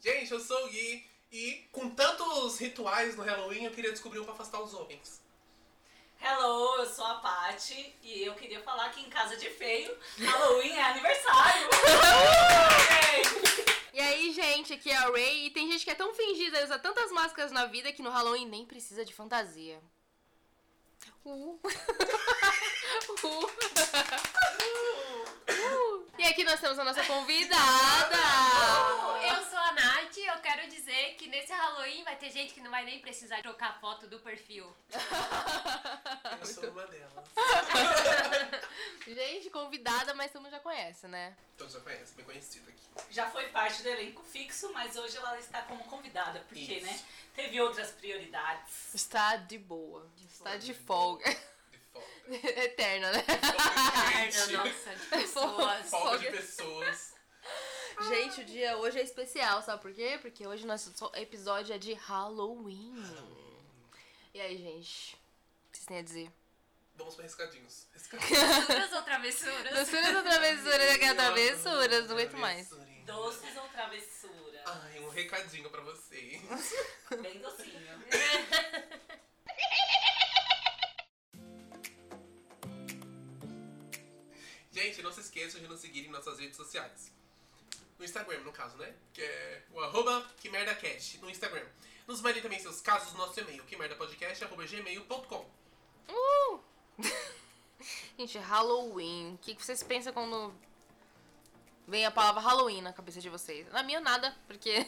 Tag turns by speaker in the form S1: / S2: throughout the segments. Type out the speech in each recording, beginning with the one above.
S1: gente, eu sou o Gui. E com tantos rituais no Halloween, eu queria descobrir um pra afastar os homens.
S2: Hello, eu sou a Pati e eu queria falar que em casa de feio, Halloween é aniversário. Yay!
S3: E aí, gente, aqui é a Ray. E tem gente que é tão fingida e usa tantas máscaras na vida que no Halloween nem precisa de fantasia. Uh. uh. Uh. E aqui nós temos a nossa convidada.
S4: Eu sou a Nath e eu quero dizer que nesse Halloween vai ter gente que não vai nem precisar trocar foto do perfil.
S1: Eu sou uma delas.
S3: Gente, convidada, mas todo mundo já conhece, né?
S1: Todos já conhecem, bem conhecido aqui.
S2: Já foi parte do elenco fixo, mas hoje ela está como convidada, porque,
S1: Isso.
S2: né? Teve outras prioridades.
S3: Está de boa. Está Tá de folga.
S1: De folga.
S3: Eterna, né?
S1: Folga de gente.
S4: Nossa, de pessoas.
S1: Folga de pessoas.
S3: Gente, o dia hoje é especial, sabe por quê? Porque hoje nosso so- episódio é de Halloween. E aí, gente? O que vocês têm a dizer?
S1: Vamos pra riscadinhos. Riscadinhos.
S4: Doçuras ou travessuras?
S3: Doçuras ou travessuras? Aquela travessuras, não aguento mais.
S1: Travessurinha.
S2: Doces ou travessura?
S1: Ai, um recadinho pra vocês.
S2: Bem docinho.
S1: Gente, não se esqueçam de nos seguir em nossas redes sociais. No Instagram, no caso, né? Que é o arroba quemerdacast no Instagram. Nos mandem também seus casos no nosso e-mail, quemerdapodcast.gmail.com
S3: Uh! gente, Halloween. O que que vocês pensam quando vem a palavra Halloween na cabeça de vocês? Na minha, nada, porque.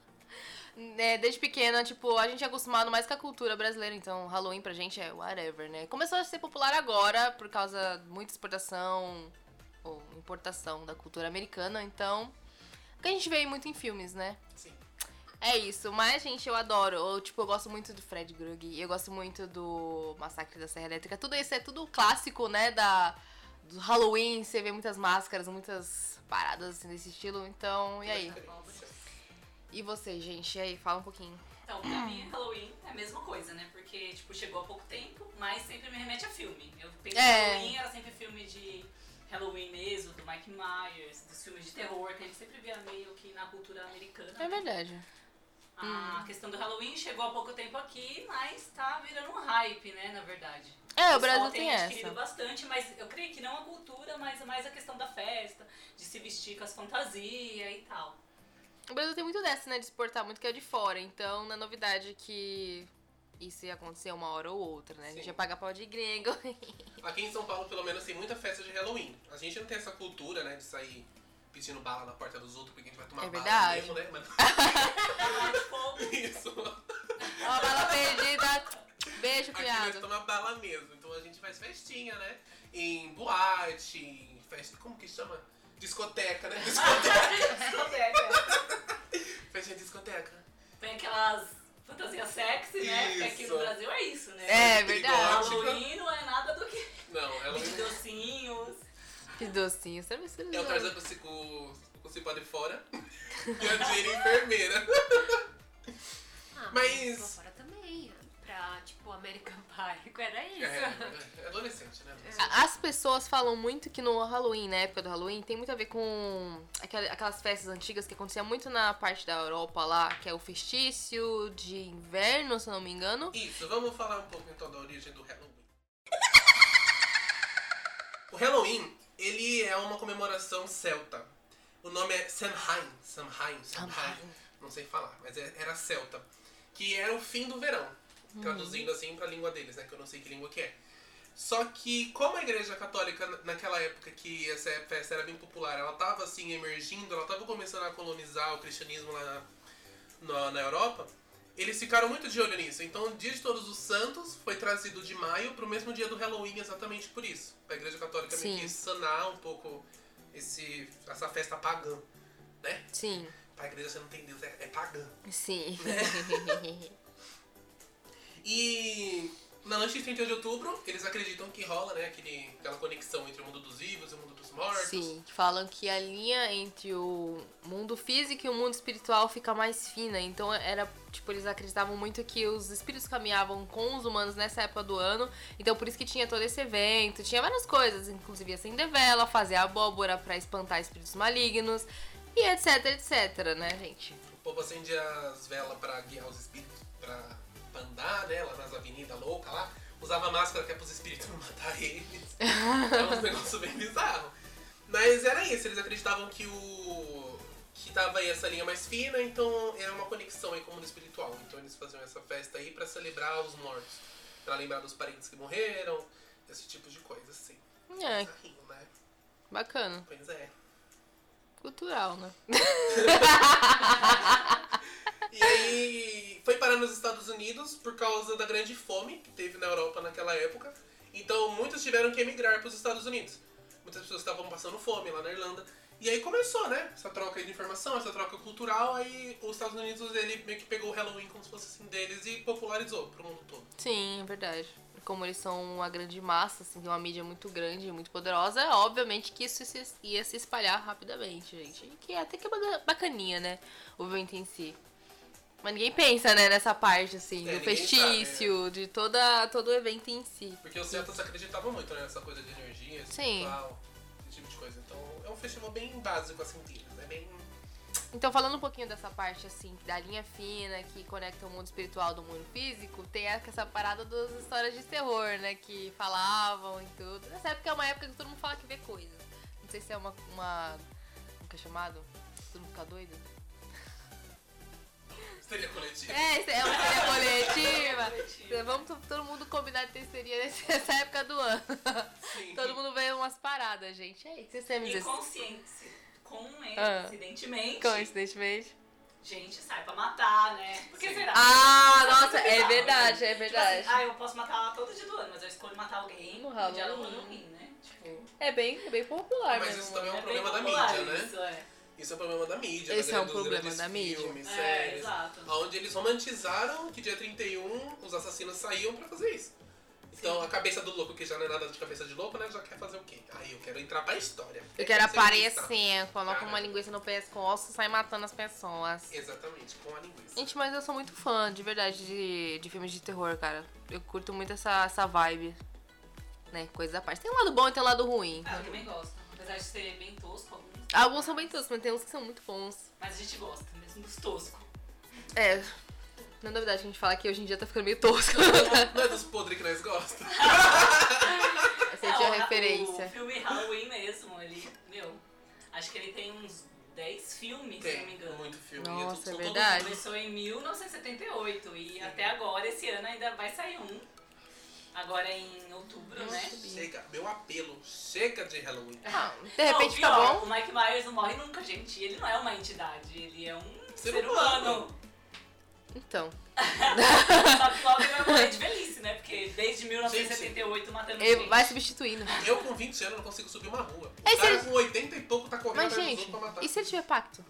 S3: né, desde pequena, tipo, a gente é acostumado mais com a cultura brasileira, então Halloween pra gente é whatever, né? Começou a ser popular agora por causa de muita exportação ou importação da cultura americana, então. Que a gente vê muito em filmes, né?
S1: Sim.
S3: É isso, mas, gente, eu adoro. Eu, tipo, eu gosto muito do Fred Grug, eu gosto muito do Massacre da Serra Elétrica. Tudo isso é tudo clássico, né? Da, do Halloween, você vê muitas máscaras, muitas paradas assim, desse estilo. Então, e
S2: Tá
S3: aí? E você, gente? E aí, fala um pouquinho.
S2: Então, pra mim, Halloween é a mesma coisa, né? Porque, tipo, chegou há pouco tempo, mas sempre me remete a filme. Eu penso
S3: É.
S2: em Halloween, era sempre filme de Halloween mesmo, do Mike Myers, dos filmes de terror, que a gente sempre via meio que na cultura americana.
S3: É verdade.
S2: A questão do Halloween chegou há pouco tempo aqui, mas tá virando um hype, né, na verdade.
S3: É,
S2: pessoal
S3: o Brasil tem
S2: tem adquirido
S3: essa.
S2: bastante, mas eu creio que não a cultura, mas é mais a questão da festa, de se vestir com as fantasias e tal.
S3: O Brasil tem muito dessa, né? De exportar muito que é de fora. Então, não é novidade que isso ia acontecer uma hora ou outra, né? A gente
S1: Sim.
S3: ia pagar pau de gringo.
S1: Aqui em São Paulo, pelo menos, tem muita festa de Halloween. A gente não tem essa cultura, né, de sair pedindo bala na porta dos outros, porque a gente vai tomar
S3: É
S1: bala
S3: verdade.
S1: mesmo, né? Mas
S2: Tá
S1: é isso.
S3: Ó, a bala perdida. Beijo,
S1: Aqui a gente
S3: cunhado.
S1: toma bala mesmo. Então a gente faz festinha, né? Em boate, em festa. Como que chama? Discoteca, né? Discoteca. Festa de discoteca.
S2: Tem aquelas fantasias sexy, né? Porque aqui
S1: Isso.
S2: no Brasil é isso, né?
S3: É verdade.
S1: Gótica.
S2: Halloween não é nada do que
S1: Não, ela
S2: de docinhos.
S3: Que docinho, sabe
S1: é o Tarzan com o com- com o cipó de fora e a Jane enfermeira.
S4: Ah,
S1: Mas-
S4: lá fora também. Pra, tipo, American Pie. Era isso.
S1: É, é adolescente, né?
S3: A- As pessoas falam muito que no Halloween, na época do Halloween, tem muito a ver com aquela- aquelas festas antigas que acontecia muito na parte da Europa lá, que é o festício de inverno, se eu não me engano.
S1: Isso, vamos falar um pouco então da origem do Halloween. O Halloween, ele é uma comemoração celta. O nome é Samhain, Samhain, Samhain,
S3: Samhain.
S1: não sei falar, mas é- era celta, que era o fim do verão, traduzindo assim pra língua deles, né, que eu não sei que língua que é. Só que como a igreja católica na- naquela época que essa festa era bem popular, ela tava assim emergindo, ela tava começando a colonizar o cristianismo lá na, na, na Europa, eles ficaram muito de olho nisso. Então, o Dia de Todos os Santos foi trazido de maio pro mesmo dia do Halloween, exatamente por isso. A Igreja Católica meio
S3: Sim.
S1: que sanar um pouco esse, essa festa pagã, né?
S3: Sim,
S1: Pra igreja você não tem Deus, é, é pagã.
S3: sim.
S1: É. E na noite de 31 de outubro, eles acreditam que rola, né, aquele, aquela conexão entre o mundo dos vivos e o mundo dos mortos.
S3: sim, falam que a linha entre o mundo físico e o mundo espiritual fica mais fina. Então era, tipo, eles acreditavam muito que os espíritos caminhavam com os humanos nessa época do ano. Então por isso que tinha todo esse evento, tinha várias coisas, inclusive acender vela, fazer abóbora pra espantar espíritos malignos e etc, etc, né, gente?
S1: povo acende as velas pra guiar os espíritos pra, pra andar, né? Lá nas avenidas louca lá. Usava máscara que é pros espíritos não matar eles. Era um negócio bem bizarro. Mas era isso, eles acreditavam que o. que tava aí essa linha mais fina, então era uma conexão aí com o mundo espiritual. Então eles faziam essa festa aí pra celebrar os mortos. Pra lembrar dos parentes que morreram, esse tipo de coisa, assim.
S3: É,
S1: Bizarrinho, né?
S3: bacana.
S1: Pois é.
S3: Cultural, né?
S1: E aí foi parar nos Estados Unidos por causa da grande fome que teve na Europa naquela época. Então muitos tiveram que emigrar para os Estados Unidos. Muitas pessoas estavam passando fome lá na Irlanda. E aí começou, né? Essa troca aí de informação, essa troca cultural. Aí os Estados Unidos ele meio que pegou o Halloween como se fosse assim deles e popularizou pro mundo todo.
S3: Sim, é verdade. Como eles são uma grande massa, assim, tem uma mídia muito grande, muito poderosa, é obviamente que isso se- ia se espalhar rapidamente, gente. E Que é até que é baga- bacaninha, né? O evento em si. Mas ninguém pensa, né, nessa parte, assim,
S1: É,
S3: do
S1: ninguém né?
S3: festício, de toda, todo o evento em si.
S1: Porque os celtas acreditavam muito né, nessa coisa de energia,
S3: Sim.
S1: espiritual, esse tipo de coisa. Então é um festival bem básico assim deles, né? Bem
S3: Então, falando um pouquinho dessa parte, assim, da linha fina que conecta o mundo espiritual do mundo físico, tem a- essa parada das histórias de terror, né? Que falavam e tudo. Nessa época é uma época que todo mundo fala que vê coisas. Não sei se é uma. uma como que é chamado? Todo mundo fica doido?
S1: histeria coletiva.
S3: É, isso é uma história coletiva. Então,
S2: Coletiva.
S3: Vamos to- todo mundo combinar de ter histeria nesse- nessa época do ano.
S1: Sim.
S3: Todo mundo vê umas paradas, gente. É isso. Ah. Vocês têm me
S2: E
S3: dizer-
S2: consciente, coincidentemente,
S3: Coincidentemente.
S2: gente sai pra matar, né? Por que
S1: Sim.
S2: será?
S3: Ah,
S2: Isso
S3: nossa,
S2: muito
S3: é
S2: bizarro,
S3: verdade,
S2: né?
S3: é verdade.
S2: Tipo assim, ah, eu posso matar ela todo dia do ano, mas eu escolho matar alguém
S3: No
S2: no dia do
S3: Halloween.
S2: Halloween, né? Tipo,
S3: É bem, é bem popular
S1: Mas
S3: mesmo.
S1: isso também é um
S2: bem
S1: problema da
S2: popular
S1: mídia, né?
S2: Isso, é.
S1: Isso é um problema da mídia.
S3: Esse
S1: da
S3: é um
S1: dos
S3: problema
S1: grandes
S3: da mídia.
S1: Filmes,
S2: É,
S1: séries,
S2: exato.
S1: Onde eles romantizaram que dia 31 os assassinos saíam pra fazer isso. Então a cabeça do louco, que já não é nada de cabeça de louco, né? Já quer fazer o quê? Aí eu quero entrar pra história.
S3: Eu quero
S1: ser vista.
S3: aparecer, coloca
S1: Cara.
S3: uma linguiça no pescoço e sai matando as pessoas.
S1: Exatamente, com a linguiça.
S3: Gente, mas eu sou muito fã, de verdade, de, de filmes de terror, cara. Eu curto muito essa, essa vibe, né? Coisa da parte. Tem um lado bom e tem um lado ruim.
S2: Ah, eu também gosto. Apesar de ser bem tosco, alguns.
S3: Alguns são bem toscos, mas tem uns que são muito bons.
S2: Mas a gente gosta mesmo dos toscos.
S3: É, não é novidade que a gente fala que hoje em dia tá ficando meio tosco.
S1: Não é dos podres que nós gostamos.
S3: Essa é
S2: Não,
S3: a
S2: o- O
S3: referência.
S2: filme Halloween mesmo, ele, meu, acho que ele tem uns 10 filmes, se não me
S1: Tem
S2: engano.
S1: muito filme.
S3: Nossa,
S1: e tudo- são
S3: é
S1: todos-
S3: verdade.
S2: Começou em 1978 e até agora, esse ano, ainda vai sair um. Agora em outubro, né?
S1: Chega, meu apelo. Chega de Halloween.
S3: Ah, de
S2: Não,
S3: repente fica
S2: pior,
S3: bom.
S2: O Mike Myers não morre nunca, gente. Ele não é uma entidade, ele é um
S1: Ser
S2: ser,
S1: humano.
S2: humano.
S3: Então,
S2: Só que logo ele vai morrer é de velhice, né? Porque desde 1978 matando
S3: ele
S2: gente.
S3: vai substituindo.
S1: Eu com 20 anos não consigo subir uma rua. O
S3: É, se
S1: cara
S3: ele-
S1: com 80 e pouco tá correndo
S3: Mas,
S1: atrás dos
S3: gente,
S1: outros pra matar.
S3: e se ele tiver pacto?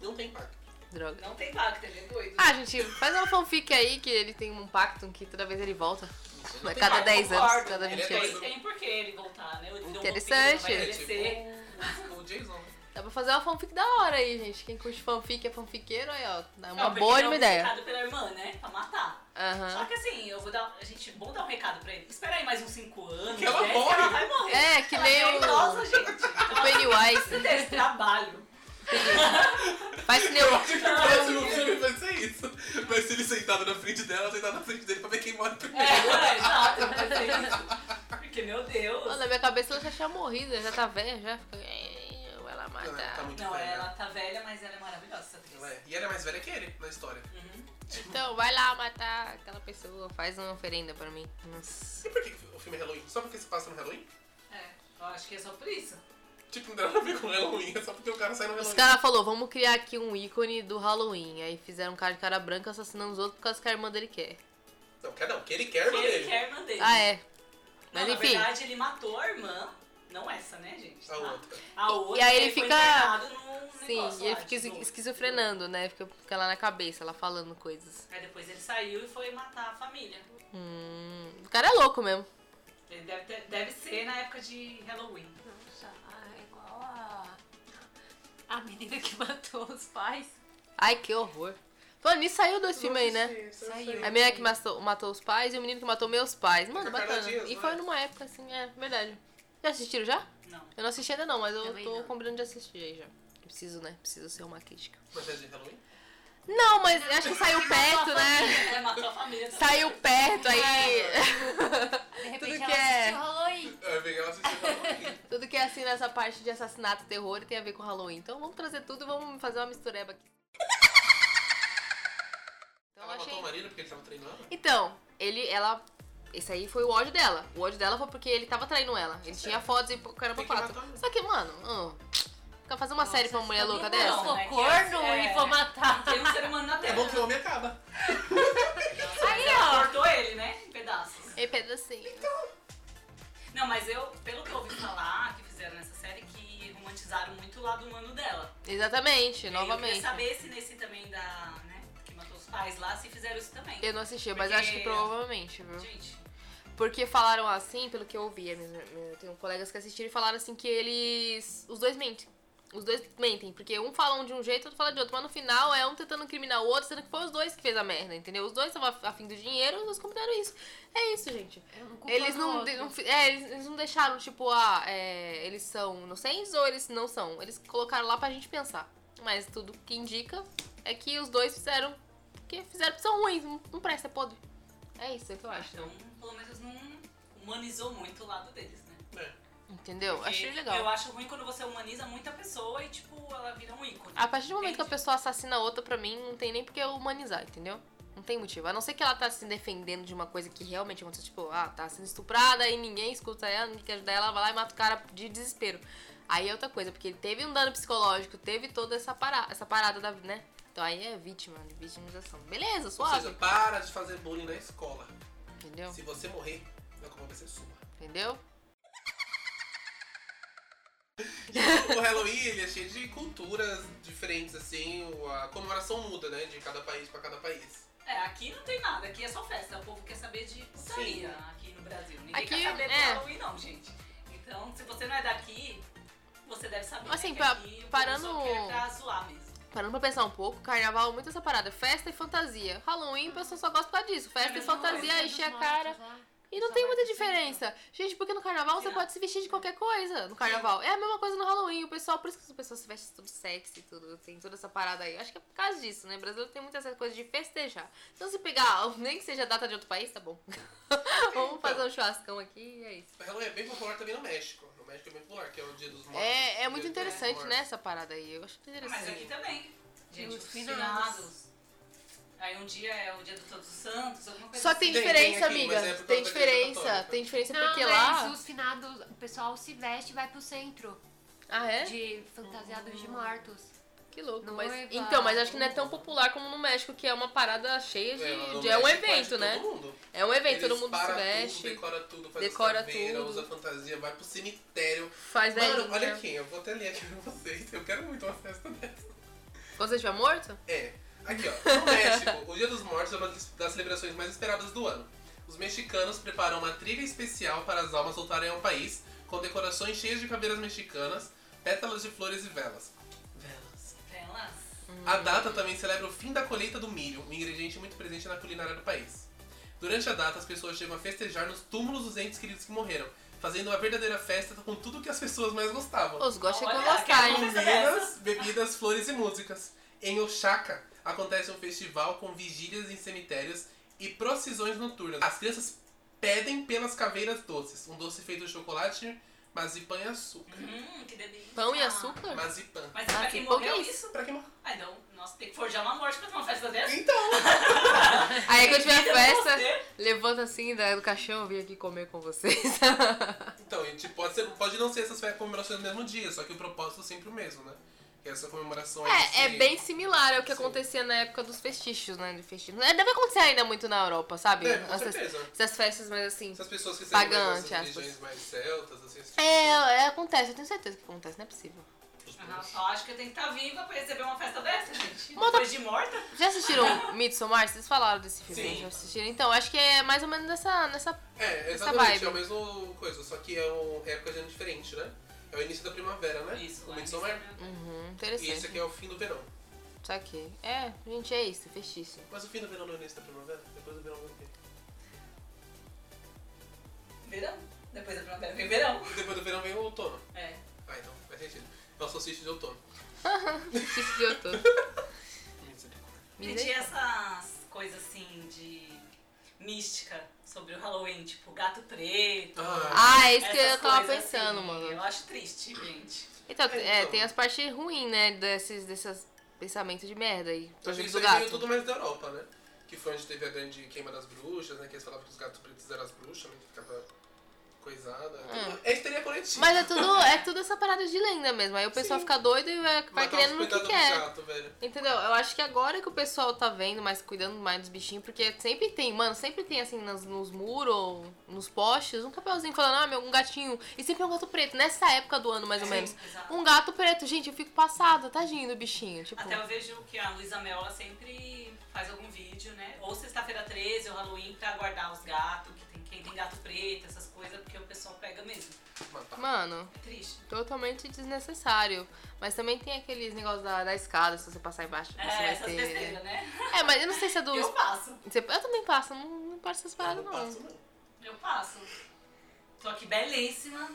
S1: Não tem impacto.
S3: Droga.
S2: Não tem pacto, ele é doido.
S3: Ah, gente, faz uma fanfic aí que ele tem um pacto que toda vez ele volta.
S1: Não
S3: A
S1: tem
S3: cada
S1: impacto.
S3: 10 anos,
S2: concordo,
S3: cada
S1: né?
S3: 20
S1: Ele é
S3: anos.
S2: Tem, tem por que ele voltar, né? Ele deu um
S3: Interessante.
S2: golpinho,
S1: É
S2: vai envelhecer.
S1: tipo o Jason, né?
S3: Dá pra fazer uma fanfic da hora aí, gente. Quem curte fanfic é fanfiqueiro, aí ó. Dá uma
S2: Não, porque ele
S3: boa de uma
S2: é
S3: ideia.
S2: obcecado pela irmã, né? Pra matar. Só
S3: Aham.
S2: que assim, eu vou dar. A gente, bom dar um recado pra ele. Espera aí mais uns 5 anos.
S1: Que ela
S2: né?
S1: morre.
S2: Ela vai morrer.
S3: É, que
S2: ela
S3: nem
S2: é
S3: o-
S2: idosa, gente.
S3: O
S2: Ela precisa
S3: Pennywise.
S2: ter esse trabalho.
S3: Faz que nem
S1: Eu
S3: o-
S1: acho que o próximo filme vai ser isso. Vai ser ele sentado na frente dela, sentado na frente dele pra ver quem morre primeiro.
S2: É, exato. vai ser isso. Porque, meu Deus.
S3: Mano, na minha cabeça ela já tinha morrido, ela já tá velha, já fica. "Ei, eu vou Ela
S1: Não, ela tá
S3: matar.
S1: muito
S2: Não,
S1: velha.
S2: ela tá velha, mas ela é maravilhosa, essa atriz.
S1: Ela é. E ela é mais velha que ele na história.
S3: Então, vai lá matar aquela pessoa, faz uma oferenda pra mim. Nossa.
S1: E por que o filme é Halloween? Só porque se passa no Halloween?
S2: É, eu acho que é só por isso.
S1: Tipo, não tem nada a ver com Halloween, é só porque o cara sai no
S3: Os
S1: Halloween.
S3: caras falaram, vamos criar aqui um ícone do Halloween. Aí fizeram um cara de cara branca assassinando os outros por causa que a irmã dele quer.
S1: Não, quer não, que ele quer, mano.
S2: Ele
S1: Ele
S2: quer a irmã dele.
S3: Ah, é.
S2: Não,
S3: Mas
S2: na
S3: enfim.
S2: verdade, ele matou a irmã. Não essa, né, gente?
S1: A
S2: Ah,
S1: outra.
S2: A outra.
S3: E aí ele
S2: foi
S3: fica-
S2: internado num é um negócio
S3: Sim, e ele
S2: lá,
S3: fica
S2: tipo,
S3: esquizofrenando, né? Fica, fica lá na cabeça, lá falando coisas.
S2: Aí depois ele saiu e foi matar a família.
S3: Hum, o cara é louco mesmo.
S2: Ele deve, ter- deve ser na época de Halloween.
S4: Nossa, é igual a... a menina que matou os pais.
S3: Ai, que horror. Falando nisso, saiu dois filmes aí, né?
S1: Saiu.
S3: A menina que matou, matou os pais e o menino que matou meus pais. Mano,
S1: Com a Carla
S3: bacana.
S1: Dias,
S3: E
S1: não
S3: foi
S1: é?
S3: numa época assim, é verdade. Já assistiram já?
S2: Não.
S3: Eu não assisti ainda não, mas eu
S4: Também
S3: tô
S4: não.
S3: combinando de assistir aí já. Eu preciso, né? Preciso ser uma crítica.
S1: Mas é de Halloween?
S3: Não, mas acho que saiu perto, né?
S2: Ela matou a família também.
S3: Saiu perto aí. É.
S4: De repente
S3: Tudo
S4: ela
S3: que é.
S4: assistiu Halloween.
S1: Eu vi que ela assistiu Halloween.
S3: Tudo que é assim nessa parte de assassinato, terror tem a ver com Halloween. Então vamos trazer tudo e vamos fazer uma mistureba aqui. Então
S1: Ela matou o
S3: achei.
S1: marido porque ele tava treinando?
S3: Então, ele, ela. Esse aí foi o ódio dela. O ódio dela foi porque ele tava traindo ela. Ele tinha fotos e o cara
S1: Tem
S3: por
S1: que
S3: quatro.
S1: matar.
S3: Só que, mano, hum, ficar fazer uma série pra uma mulher louca
S4: Não, eu
S3: dessa?
S4: vou
S2: né, que
S4: corno
S2: é-
S4: e vou matar.
S2: Tem um ser humano na
S1: É
S2: Terra.
S1: bom que o homem acaba.
S4: Aí,
S2: Ela
S4: ó.
S2: cortou ele, né? Em pedaços.
S3: Ei, pedacinho.
S2: Não, mas eu, pelo que eu ouvi falar, que fizeram nessa série, que romantizaram muito o lado humano dela.
S3: Exatamente,
S2: E aí Eu
S3: novamente.
S2: queria saber se nesse também da, né, que matou os pais lá, se fizeram isso também.
S3: Eu não assisti, mas
S2: Porque-
S3: acho que provavelmente, viu?
S2: Gente,
S3: Porque falaram assim, pelo que eu ouvi, minha- minha- eu tenho colegas que assistiram e falaram assim que eles. Os dois mentem. Os dois mentem, porque um fala um de um jeito, outro fala de outro. Mas no final é um tentando incriminar o outro, sendo que foi os dois que fez a merda, entendeu? Os dois estavam af- afim do dinheiro e os dois combinaram isso. É isso, gente.
S4: Eu não culpo
S3: Eles
S4: do
S3: não,
S4: outro.
S3: de- não fi- é, eles, eles não deixaram, tipo, ah, é, eles são inocentes ou eles não são. Eles colocaram lá pra gente pensar. Mas tudo que indica é que os dois fizeram. Porque fizeram porque são ruins, não, não presta, é podre. É isso é o que eu acho.
S2: então, pelo menos não humanizou muito o lado deles, né?
S1: É.
S3: Entendeu?
S2: Porque
S3: Achei legal.
S2: É, Eu acho ruim quando você humaniza muita pessoa e, tipo, ela vira um ícone.
S3: A partir do momento que a
S2: Entende?
S3: pessoa assassina outra, pra mim, não tem nem porque eu humanizar, entendeu? Não tem motivo. A não ser que ela tá se defendendo de uma coisa que realmente aconteceu. Tipo, ah, tá sendo estuprada e ninguém escuta ela, ninguém quer ajudar ela, ela vai lá e mata o cara de desespero. Aí é outra coisa, porque ele teve um dano psicológico, teve toda essa parada, essa parada da, né? Então aí é vítima, vitimização. Beleza,
S1: Ou seja,
S3: suave. Então.
S1: para de fazer bullying na escola.
S3: Entendeu?
S1: Se você morrer, é a culpa vai ser sua.
S3: Entendeu?
S1: o Halloween ele é cheio de culturas diferentes, assim, o- a comemoração muda, né? De cada país pra cada país.
S2: É, aqui não tem nada, aqui é só festa. O povo quer saber de putaria
S1: Sim.
S2: aqui no Brasil. Ninguém
S3: Aqui,
S2: quer saber
S3: é.
S2: do Halloween, não, gente. Então, se você não é daqui, você deve saber.
S3: Assim,
S2: né, que
S3: pra-
S2: aqui o povo
S3: parando-
S2: Só quer pra zoar mesmo. Ah,
S3: Parando pra pensar um pouco, carnaval, muito essa parada. Festa e fantasia. Halloween, a pessoa só gosta por causa disso.
S2: É a
S3: Festa e
S2: mesma
S3: fantasia,
S2: coisa,
S3: aí enche a cara.
S4: tá?
S3: E não
S4: Só
S3: tem
S4: vai
S3: muita
S4: pro centro.
S3: diferença. Gente, porque no carnaval
S1: É.
S3: você
S2: Sim.
S3: pode se vestir de qualquer coisa no carnaval. É a mesma coisa no Halloween. O pessoal, por isso que as pessoas se vestem tudo sexy, tudo, tem toda essa parada aí. Acho que é por causa disso, né? O Brasil tem muita essa coisa de festejar. Então se pegar, nem que seja data de outro país, tá bom.
S1: Então.
S3: Vamos fazer um churrascão aqui e é isso.
S1: O Halloween é bem popular também no México. No México é bem popular, que é o dia dos mortos.
S3: É, é
S1: Dia
S3: muito
S1: dos
S3: interessante,
S1: mortos.
S3: né, essa parada aí. Eu acho muito
S2: Mas aqui
S3: interessante.
S2: também. Gente,
S4: os
S2: os
S4: finados.
S2: finados. Aí um dia é o dia do Todos os Santos, alguma coisa assim.
S3: Só que
S1: Tem,
S3: tem
S1: tem
S3: diferença,
S1: aqui,
S3: amiga.
S1: mas é por causa
S3: Tem
S1: da igreja
S3: diferença.
S1: católica.
S3: Tem diferença
S4: Não,
S3: porque
S4: mas
S3: lá.
S4: os finados, o pessoal se veste e vai pro centro
S3: Ah, é?
S4: de fantasiados de mortos.
S3: Que louco.
S4: Não
S3: Mas...
S4: é,
S3: Então, mas
S4: vai.
S3: acho que não é tão popular como no México, que é uma parada cheia de.
S1: É, no
S3: de- É um
S1: México faz
S3: evento,
S1: todo
S3: né?
S1: mundo.
S3: É um evento,
S1: Eles
S3: todo mundo se
S1: param
S3: veste,
S1: Tudo, decora tudo, faz
S3: decora
S1: decora caveira,
S3: tudo. é
S1: usa fantasia, vai pro cemitério.
S3: faz velhinha.
S1: Mano, olha aqui, eu vou até ler aqui pra vocês. Eu quero muito uma festa dessa.
S3: Quando você estiver morto?
S1: É. Aqui, ó. No México, o Dia dos Mortos é uma das celebrações mais esperadas do ano. Os mexicanos preparam uma trilha especial para as almas voltarem ao país, com decorações cheias de caveiras mexicanas, pétalas de flores e velas. Velas.
S2: Velas.
S1: A data também celebra o fim da colheita do milho, um ingrediente muito presente na culinária do país. Durante a data, as pessoas chegam a festejar nos túmulos dos entes queridos que morreram, fazendo uma verdadeira festa com tudo que as pessoas mais gostavam.
S3: Os gostos que eu
S2: Olha,
S3: gostar,
S2: quero
S3: hein?
S2: começar.
S1: Comidas, bebidas, flores e músicas. Em Oaxaca, acontece um festival com vigílias em cemitérios e procissões noturnas. As crianças pedem pelas caveiras doces. Um doce feito de chocolate, mazipan e açúcar.
S2: Hum, que delícia.
S3: Pão
S4: Ah.
S3: e açúcar?
S1: Mazipan.
S2: Mas
S3: Ah,
S2: pra
S3: que
S2: quem
S3: pouco
S2: morreu
S3: é
S2: isso?
S1: Pra que morrer?
S2: Ah, não. Nossa, tem que forjar uma morte pra ter uma festa dessa.
S1: Então!
S3: Aí quando tiver
S2: Vida
S3: festa,
S2: você.
S3: levanta assim da- do caixão, eu vim aqui comer com vocês.
S1: Então, e, tipo, pode, ser- pode não ser essas fe- comemorações no mesmo dia, só que o propósito é sempre o mesmo, né? Que essa comemoração
S3: É, é
S1: de-
S3: bem similar ao que
S1: Sim.
S3: acontecia na época dos festichos, né? De festichos. É, Deve acontecer ainda muito na Europa, sabe?
S1: É, com
S3: essas,
S1: certeza.
S3: essas festas, mas assim.
S1: Essas pessoas que
S3: Pagã,
S1: celebram essas
S3: entre aspas.
S1: religiões mais celtas, assim, esse tipo
S3: É,
S1: de
S3: é, acontece, eu tenho certeza que acontece, não é possível.
S1: coisa.
S2: Ah, só acho que eu tenho que estar viva pra receber uma festa dessa, gente.
S3: Manda-
S2: Depois de morta.
S3: Já assistiram Midsommar? Vocês falaram desse filme,
S1: Sim.
S3: né? já assistiram? Então, acho que é mais ou menos nessa, nessa
S1: É,
S3: Essa
S1: exatamente,
S3: vibe.
S1: é a mesma coisa, só que é, um, é época de ano diferente, né? É o início da primavera, né?
S2: Isso,
S1: o
S2: lá em
S1: Midsommar.
S2: Amsterdã.
S1: E
S3: Uhum,
S1: esse
S3: interessante.
S1: aqui é o fim do verão.
S3: Só que. É, gente, é isso, festiço.
S1: Mas o fim do verão não é o início da primavera? Depois do verão vem o quê?
S2: Verão. Depois da primavera vem verão.
S1: Depois do verão vem o outono.
S2: É.
S1: Ah, então, faz sentido. É o solstício de outono.
S3: Festiço de outono.
S1: Misericórdia.
S3: Me
S2: Pedir
S3: deixa.
S2: essas coisas assim de mística sobre o Halloween, tipo gato preto.
S1: Ah,
S3: Ah, é isso que
S2: essas
S3: eu tava
S2: coisas
S3: pensando,
S2: assim. Eu
S3: mano.
S2: acho triste, gente.
S3: Então, é,
S1: Então.
S3: tem as partes ruins, né? Desses, desses pensamentos de merda aí. Por
S1: acho que
S3: exemplo,
S1: Então, isso
S3: do
S1: aí veio
S3: gato.
S1: tudo mais da Europa, né? Que foi onde teve a grande queima das bruxas, né? Que eles falavam que os gatos pretos eram as bruxas, né? Que ficava coisada.
S3: Hum.
S1: É histeria coletiva.
S3: Mas é tudo, é tudo essa parada de lenda mesmo. Aí o pessoal
S1: Sim.
S3: fica doido e vai, vai
S1: Matar
S3: querendo
S1: os
S3: no que
S1: coitados do
S3: quer.
S1: gato, velho.
S3: Entendeu? Eu acho que agora que o pessoal tá vendo mais, cuidando mais dos bichinhos, porque sempre tem, mano, sempre tem assim nas- nos muros, nos postes, um papelzinho falando, ah, meu, um gatinho. E sempre é um gato preto, nessa época do ano mais ou
S2: Sim,
S3: menos.
S2: É, exato.
S3: Um gato preto, gente, eu fico passada, tadinho do bichinho. Tipo,
S2: Até eu vejo que a Luísa Mel, ela sempre faz algum vídeo, né? Ou sexta-feira 13, ou Halloween, pra guardar os gatos, que tem, quem tem gato preto, essas coisas, porque o pessoal pega mesmo.
S1: Matar.
S3: mano,
S2: É triste.
S3: totalmente desnecessário. Mas também tem aqueles negócios da, da escada, se você passar embaixo, você
S2: É,
S3: vai
S2: essas
S3: ter.
S2: besteiras, né?
S3: É, mas eu não sei se é do.
S2: Eu passo,
S3: Você- Eu também passo, não, não importa essas
S1: Eu
S3: paradas,
S1: não
S3: não.
S1: passo, não.
S2: eu passo. Tô aqui belíssima,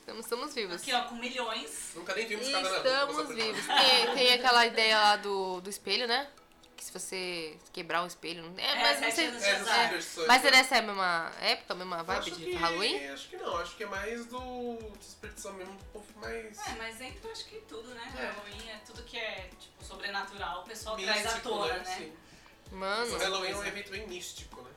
S3: Estamos, estamos vivos.
S2: aqui ó, com milhões.
S1: Nunca nem vimos cada na rua,
S3: Estamos vivos. Tem, tem aquela ideia lá do, do espelho, né? Que se você quebrar um espelho. não- É,
S2: É,
S3: mas não
S2: sete
S3: sei.
S2: anos de
S1: É, essas
S2: azar.
S3: É,
S1: versões,
S3: mas
S1: né?
S3: será essa é a mesma época, a mesma vibe
S1: acho
S3: de
S1: que,
S3: Halloween?
S1: Acho que não, acho que é mais do de superstição mesmo, do povo mais.
S2: É, mas entra acho que tudo, né?
S1: É.
S2: Halloween é tudo que é, tipo, sobrenatural, o pessoal traz à
S1: místico,
S2: tona,
S1: né?
S2: né?
S1: Sim.
S3: Mano,
S1: O Halloween é um evento bem místico, né?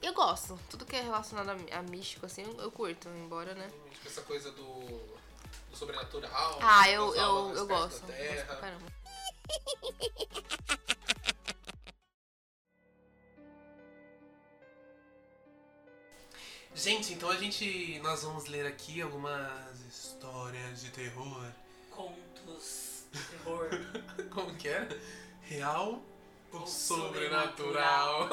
S3: eu gosto. Tudo que é relacionado a, a místico, assim, eu, eu curto, embora, né?
S1: Bem místico, tipo, Essa coisa do, do sobrenatural.
S3: Ah,
S1: das
S3: eu, eu,
S1: almas
S3: eu
S1: perto
S3: gosto.
S1: Da
S3: Gosto pra
S1: terra.
S3: caramba.
S1: Gente, então a gente. Nós vamos ler aqui algumas histórias de terror.
S2: Contos, terror.
S1: Como que é? Real ou
S2: Ou
S1: sobrenatural?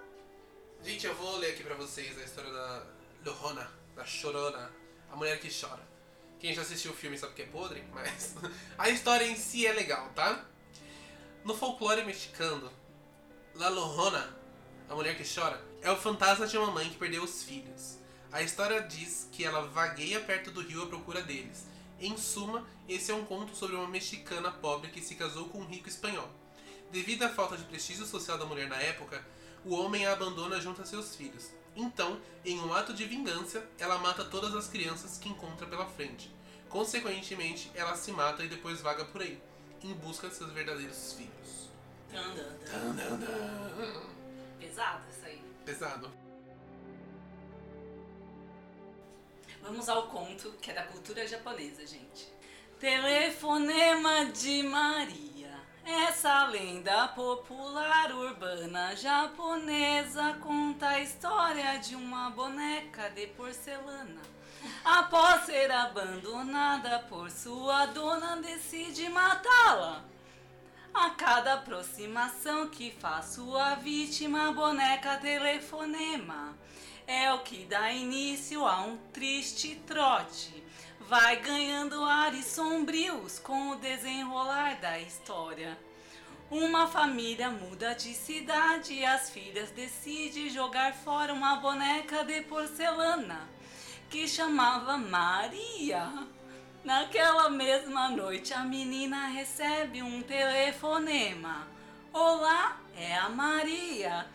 S1: Gente, eu vou ler aqui pra vocês a história da Lorona, da Chorona, a mulher que chora. Quem já assistiu o filme sabe que é podre, mas a história em si é legal, tá? No folclore mexicano, La Lorona, a mulher que chora, é o fantasma de uma mãe que perdeu os filhos. A história diz que ela vagueia perto do rio à procura deles. Em suma, esse é um conto sobre uma mexicana pobre que se casou com um rico espanhol. Devido à falta de prestígio social da mulher na época, o homem a abandona junto a seus filhos. Então, em um ato de vingança, ela mata todas as crianças que encontra pela frente. Consequentemente, ela se mata e depois vaga por aí, em busca de seus verdadeiros filhos.
S2: Dan, dan, dan.
S1: Tan, tan, tan.
S2: Pesado isso aí.
S1: Pesado.
S2: Vamos ao conto que é da cultura japonesa, gente. Telefonema de Maria. Essa lenda popular urbana japonesa conta a história de uma boneca de porcelana. Após ser abandonada por sua dona, decide matá-la. A cada aproximação que faço a vítima, a boneca telefonema. É o que dá início a um triste trote. Vai ganhando ares sombrios com o desenrolar da história. Uma família muda de cidade e as filhas decidem jogar fora uma boneca de porcelana que chamava Maria. Naquela mesma noite, a menina recebe um telefonema. Olá, é a Maria.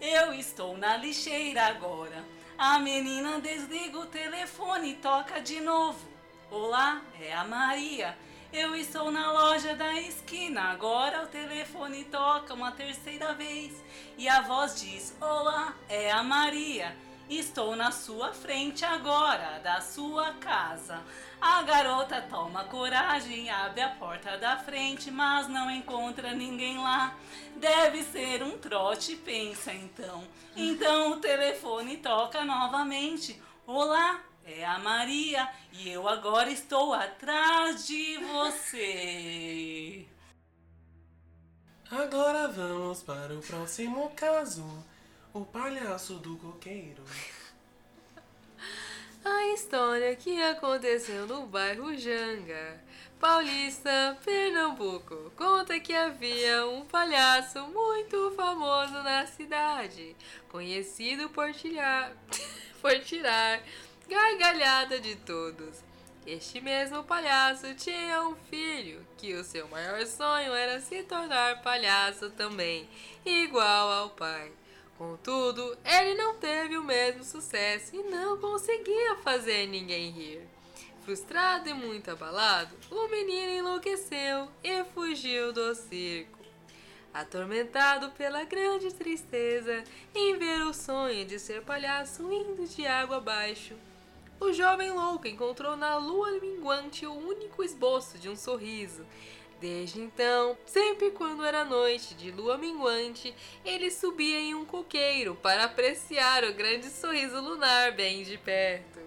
S2: Eu estou na lixeira agora. A menina desliga o telefone e toca de novo. Olá, é a Maria. Eu estou na loja da esquina. Agora o telefone toca uma terceira vez e a voz diz: Olá, é a Maria. Estou na sua frente agora, da sua casa. A garota toma coragem, abre a porta da frente, mas não encontra ninguém lá. Deve ser um trote, pensa então. Então o telefone toca novamente. Olá, é a Maria e eu agora estou atrás de você.
S1: Agora vamos para o próximo caso. O palhaço do coqueiro.
S3: A história que aconteceu no bairro Janga, Paulista, Pernambuco, conta que havia um palhaço muito famoso na cidade, conhecido por tirar, por tirar gargalhada de todos. Este mesmo palhaço tinha um filho, que o seu maior sonho era se tornar palhaço também, igual ao pai. Contudo, ele não teve o mesmo sucesso e não conseguia fazer ninguém rir. Frustrado e muito abalado, o menino enlouqueceu e fugiu do circo. Atormentado pela grande tristeza em ver o sonho de ser palhaço indo de água abaixo, o jovem louco encontrou na lua minguante o único esboço de um sorriso. Desde então, sempre quando era noite de lua minguante, ele subia em um coqueiro para apreciar o grande sorriso lunar bem de perto.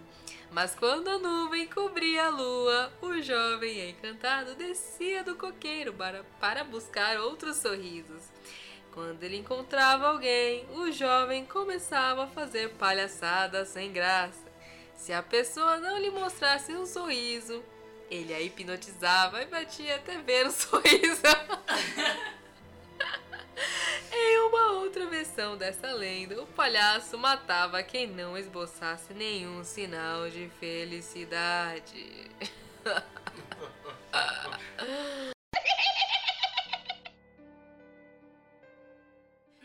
S3: Mas quando a nuvem cobria a lua, o jovem encantado descia do coqueiro para, para buscar outros sorrisos. Quando ele encontrava alguém, o jovem começava a fazer palhaçadas sem graça. Se a pessoa não lhe mostrasse um sorriso, ele a hipnotizava e batia até ver o sorriso. em uma outra versão dessa lenda, o palhaço matava quem não esboçasse nenhum sinal de felicidade.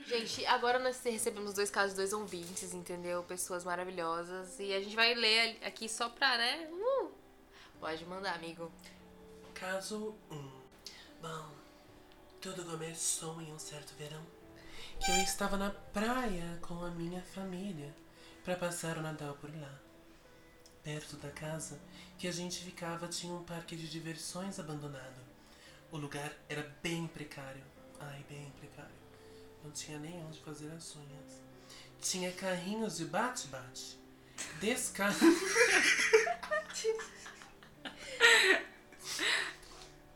S3: Gente, agora nós recebemos dois casos, dois ouvintes, entendeu? Pessoas maravilhosas. E a gente vai ler aqui só pra, né? Uh! Pode mandar, amigo.
S1: Caso 1. Bom, tudo começou em um certo verão que eu estava na praia com a minha família para passar o Natal por lá. Perto da casa que a gente ficava tinha um parque de diversões abandonado. O lugar era bem precário. Ai, bem precário. Não tinha nem onde fazer as unhas. Tinha carrinhos de bate-bate. Descarga.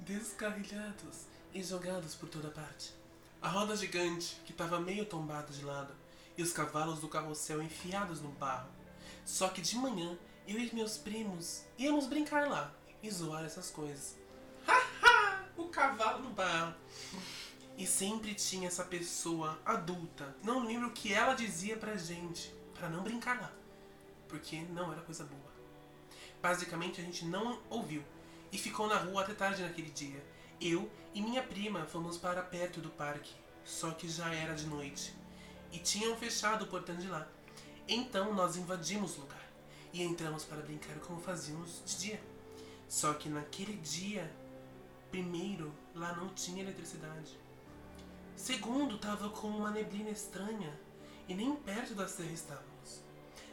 S1: descarrilhados e jogados por toda parte. A roda gigante, que estava meio tombada de lado, e os cavalos do carrossel enfiados no barro. Só que de manhã, eu e meus primos íamos brincar lá e zoar essas coisas. Haha! o cavalo no barro! E sempre tinha essa pessoa adulta. Não lembro o que ela dizia pra gente, pra não brincar lá. Porque não era coisa boa. Basicamente a gente não ouviu e ficou na rua até tarde naquele dia. Eu e minha prima fomos para perto do parque, só que já era de noite e tinham fechado o portão de lá. Então nós invadimos o lugar e entramos para brincar como fazíamos de dia. Só que naquele dia, primeiro, lá não tinha eletricidade. Segundo, tava com uma neblina estranha e nem perto da serra estávamos.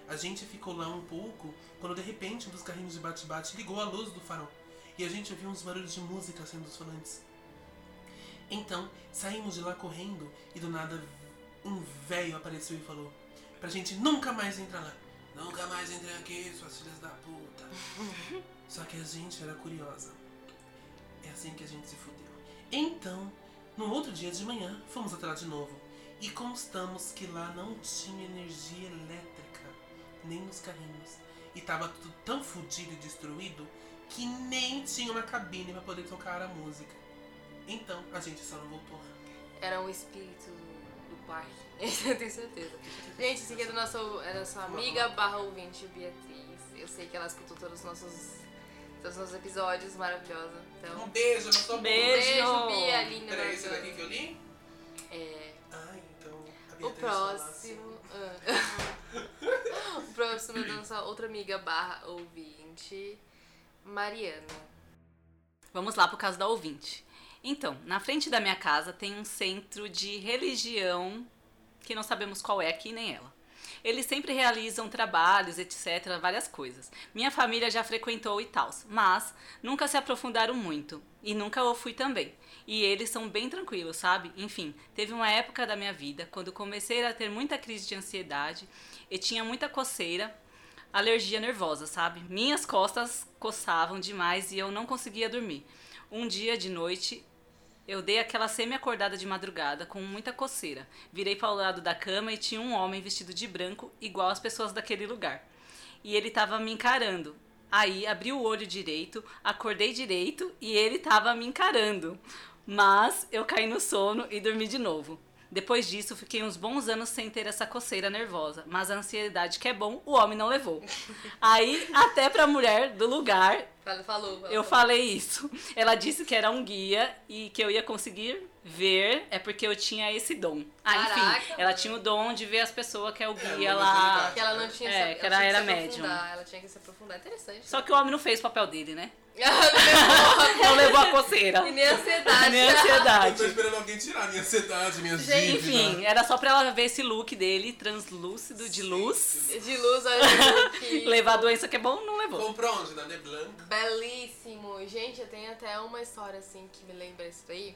S1: A gente ficou lá um pouco quando de repente um dos carrinhos de bate-bate ligou a luz do farol e a gente ouviu uns barulhos de música saindo dos falantes. Então saímos de lá correndo e do nada um velho apareceu e falou pra gente nunca mais entrar lá. Nunca mais entrei aqui, suas filhas da puta. Só que a gente era curiosa. É assim que a gente se fudeu. Então, no outro dia de manhã, fomos até lá de novo e constamos que lá não tinha energia elétrica, nem nos carrinhos. E tava tudo tão fudido e destruído que nem tinha uma cabine pra poder tocar a música. Então a gente só não voltou lá.
S3: Era um espírito do parque. Isso eu tenho certeza. Gente, esse aqui é do nosso, é da nossa amiga barra ouvinte, Beatriz. Eu sei que ela escutou todos os nossos, todos os nossos episódios, maravilhosa. Então,
S1: Um beijo na sua
S2: Beijo.
S3: beijo, Bia, linda.
S1: Peraí, tá esse
S3: maravilhosa.
S1: daqui que eu li?
S3: É,
S1: Ah, então. a
S3: o
S1: Beatriz falasse.
S3: próximo... ah. o próximo é da nossa outra amiga barra ouvinte, Mariana.
S2: Vamos lá pro caso da ouvinte. Então, na frente da minha casa tem um centro de religião que não sabemos qual é aqui nem ela. Eles sempre realizam trabalhos, etc, várias coisas. Minha família já frequentou e tal, mas nunca se aprofundaram muito e nunca eu fui também. E eles são bem tranquilos, sabe? Enfim, teve uma época da minha vida quando comecei a ter muita crise de ansiedade e tinha muita coceira alergia nervosa, sabe? Minhas costas coçavam demais e eu não conseguia dormir. Um dia de noite, eu dei aquela semi-acordada de madrugada com muita coceira. Virei para o lado da cama e tinha um homem vestido de branco, igual as pessoas daquele lugar. E ele tava me encarando. Aí abri o olho direito, acordei direito e ele tava me encarando. Mas eu caí no sono e dormi de novo. Depois disso, fiquei uns bons anos sem ter essa coceira nervosa, mas a ansiedade que é bom, o homem não levou. Aí, até pra mulher do lugar,
S3: Falou, falou.
S2: eu falei isso. Ela disse que era um guia e que eu ia conseguir ver, é porque eu tinha esse dom. Ah, enfim,
S3: Caraca,
S2: ela
S3: mano.
S2: tinha o dom de ver as pessoas que é o
S1: É,
S2: guia
S1: uma
S2: lá.
S1: habilidade.
S3: Que ela não tinha
S2: É,
S3: essa-
S2: que ela
S3: tinha
S2: era
S3: se aprofundar,
S2: médium.
S3: Ela tinha que se aprofundar. Interessante.
S2: Só que o homem não fez o papel dele, né?
S3: Não
S2: Não levou a coceira.
S3: um E nem ansiedade.
S2: Nem
S1: Eu tô
S2: ansiedade.
S1: esperando alguém tirar minha ansiedade, minha
S3: Gente,
S1: dívida.
S2: Enfim, era só pra ela ver esse look dele, translúcido, de luz.
S3: De luz, olha que
S2: Levar a doença que é bom, não levou.
S1: Comprou onde? Na Neblanc?
S3: Belíssimo. Gente, eu tenho até uma história assim que me lembra isso daí.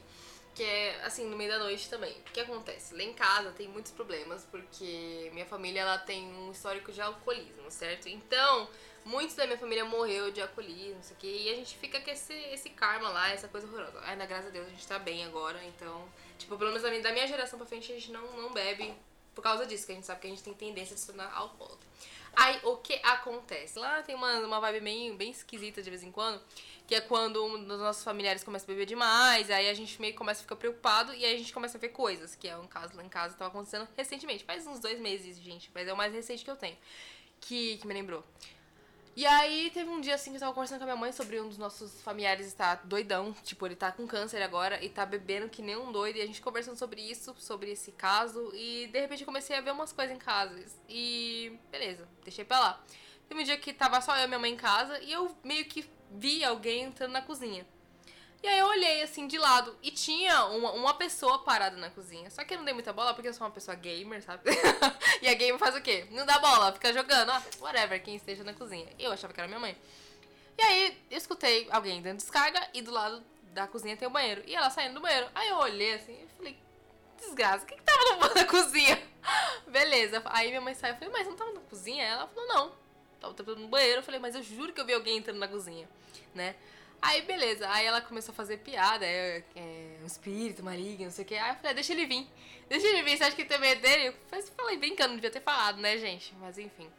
S3: Que é assim, no meio da noite também. O que acontece? Lá em casa tem muitos problemas, porque minha família ela tem um histórico de alcoolismo, certo? Então, muitos da minha família morreu de alcoolismo, não sei o quê, e a gente fica com esse, esse karma lá, essa coisa horrorosa. Ainda graças a Deus a gente tá bem agora, então. Tipo, pelo menos da minha, da minha geração pra frente a gente não, não bebe por causa disso, que a gente sabe que a gente tem tendência de se tornar alcoólatra. Aí, o que acontece? Lá tem uma, uma vibe bem, bem esquisita de vez em quando, que é quando um dos nossos familiares começa a beber demais, aí a gente meio que começa a ficar preocupado e aí a gente começa a ver coisas, que é um caso lá em casa que tava acontecendo recentemente, faz uns dois meses, gente, mas é o mais recente que eu tenho, que, que me lembrou. E aí teve um dia assim que eu tava conversando com a minha mãe sobre um dos nossos familiares estar doidão, tipo, ele tá com câncer agora e tá bebendo que nem um doido, e a gente conversando sobre isso, sobre esse caso, e de repente eu comecei a ver umas coisas em casa. E beleza, deixei pra lá. Teve um dia que tava só eu e minha mãe em casa e eu meio que vi alguém entrando na cozinha. E aí eu olhei assim de lado e tinha uma, uma pessoa parada na cozinha. Só que eu não dei muita bola porque eu sou uma pessoa gamer, sabe? e a gamer faz o quê? Não dá bola, fica jogando, ó, whatever, quem esteja na cozinha. Eu achava que era minha mãe. E aí eu escutei alguém dando descarga e do lado da cozinha tem o banheiro. E ela saindo do banheiro. Aí eu olhei assim e falei, desgraça, o que que tava no banheiro da cozinha? Beleza. Aí minha mãe saiu, eu falei, mas não tava na cozinha? Ela falou, não. Tava todo mundo no banheiro. Eu falei, mas eu juro que eu vi alguém entrando na cozinha, né? Aí, beleza. Aí ela começou a fazer piada, é, é, um espírito maligno, não sei o que. Aí eu falei, "Ah, deixa ele vir. Deixa ele vir, você acha que tem medo dele? Eu falei, falei brincando, devia ter falado, né, gente? Mas enfim.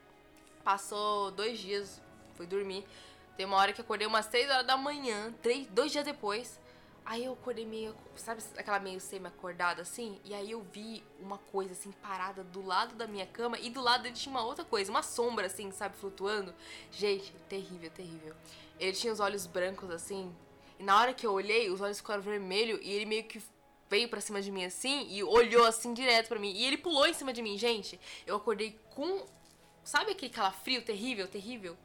S3: Passou dois dias, fui dormir. Tem uma hora que eu acordei umas três horas da manhã, três, dois dias depois. Aí eu acordei meio, sabe aquela meio semi-acordada assim? E aí eu vi uma coisa assim parada do lado da minha cama e do lado dele tinha uma outra coisa, uma sombra assim, sabe, flutuando. Gente, terrível, terrível. Ele tinha os olhos brancos assim. E na hora que eu olhei, os olhos ficaram vermelhos e ele meio que veio pra cima de mim assim e olhou assim direto pra mim. E ele pulou em cima de mim, gente. Eu acordei com. Sabe aquele calafrio terrível, terrível?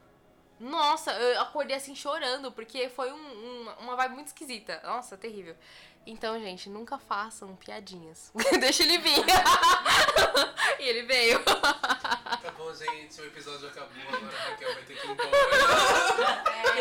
S3: Nossa, eu acordei assim chorando, porque foi um- um- uma vibe muito esquisita. Nossa, terrível. Então, gente, nunca façam piadinhas. Deixa ele vir. e ele veio.
S1: Tá bom, gente, o episódio acabou, agora a Raquel vai ter que ir embora.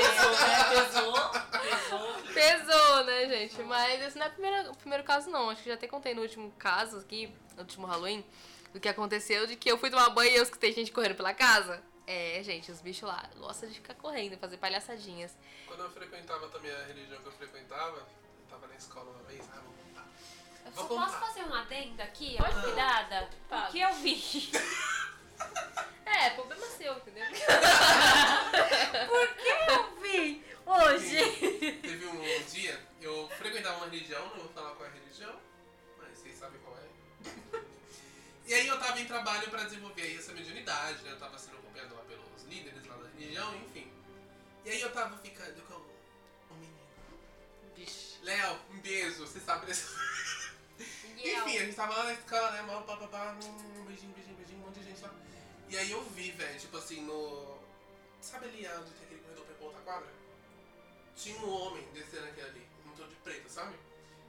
S2: Pesou, pesou, pesou.
S3: Pesou, né, gente? Mas esse não é o primeiro, o primeiro caso, não. Acho que já até contei no último caso aqui, no último Halloween, do que aconteceu, de que eu fui tomar banho e eu escutei gente correndo pela casa. É, gente, os bichos lá gostam de ficar correndo, fazer palhaçadinhas.
S1: Quando eu frequentava também a religião que eu frequentava, eu tava na escola uma vez, ah, vou contar. Vou
S4: Eu posso
S1: contar.
S4: fazer um adendo aqui?
S3: Pode.
S4: Cuidada.
S3: Fala.
S4: O que eu vi?
S3: É, problema seu, entendeu?
S4: Por que eu vi hoje?
S1: Teve um, um dia, eu frequentava uma religião, não vou falar qual é a religião, mas vocês sabem qual é. e aí eu tava em trabalho pra desenvolver aí essa mediunidade, né? Eu tava sendo acompanhado lá pelos líderes lá da religião, enfim. E aí eu tava ficando com um menino.
S3: Bicho.
S1: Léo, um beijo, você sabe dessa.
S3: é
S1: Enfim, a gente tava lá na escola, né? Mó pá, pá, pá, hum, um beijinho, beijinho, beijinho, um monte de gente lá. E aí eu vi, velho, tipo assim, no. Sabe ali onde tem aquele corredor pra ir pra outra quadra? Tinha um homem descendo aquele ali, um todo de preto, sabe?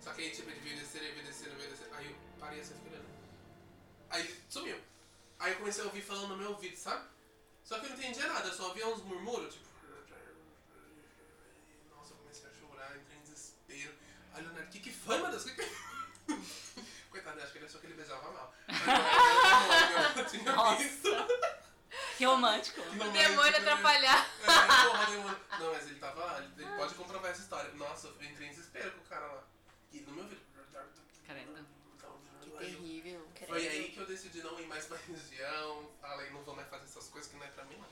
S1: Só que aí, tipo, ele veio descendo, ele veio descendo, ele veio descendo. Aí eu parei assim, fiquei olhando. Aí ele sumiu. Aí eu comecei a ouvir falando no meu ouvido, sabe? Só que eu não entendia nada, eu só ouvia uns murmúrios, tipo. Nossa, eu comecei a chorar, entrei em desespero. Aí o Leonardo, o que, que foi, meu Deus? Que que... Coitado, acho que ele achou que ele beijava mal. Mas não, era demônio, eu tinha
S2: Nossa.
S1: visto.
S2: Que romântico.
S1: Não,
S3: O
S1: mas,
S3: um demônio
S1: tipo,
S3: atrapalhar.
S1: é, porra, demônio. Não, mas ele tava lá, ele, ele pode comprovar essa história. Nossa, eu entrei em desespero com o cara lá. E no meu vídeo.
S2: Caramba.
S1: Que
S3: Terrível.
S1: Foi aí que eu decidi não ir mais pra religião. Falei, não vou mais fazer essas coisas que não é pra mim, não.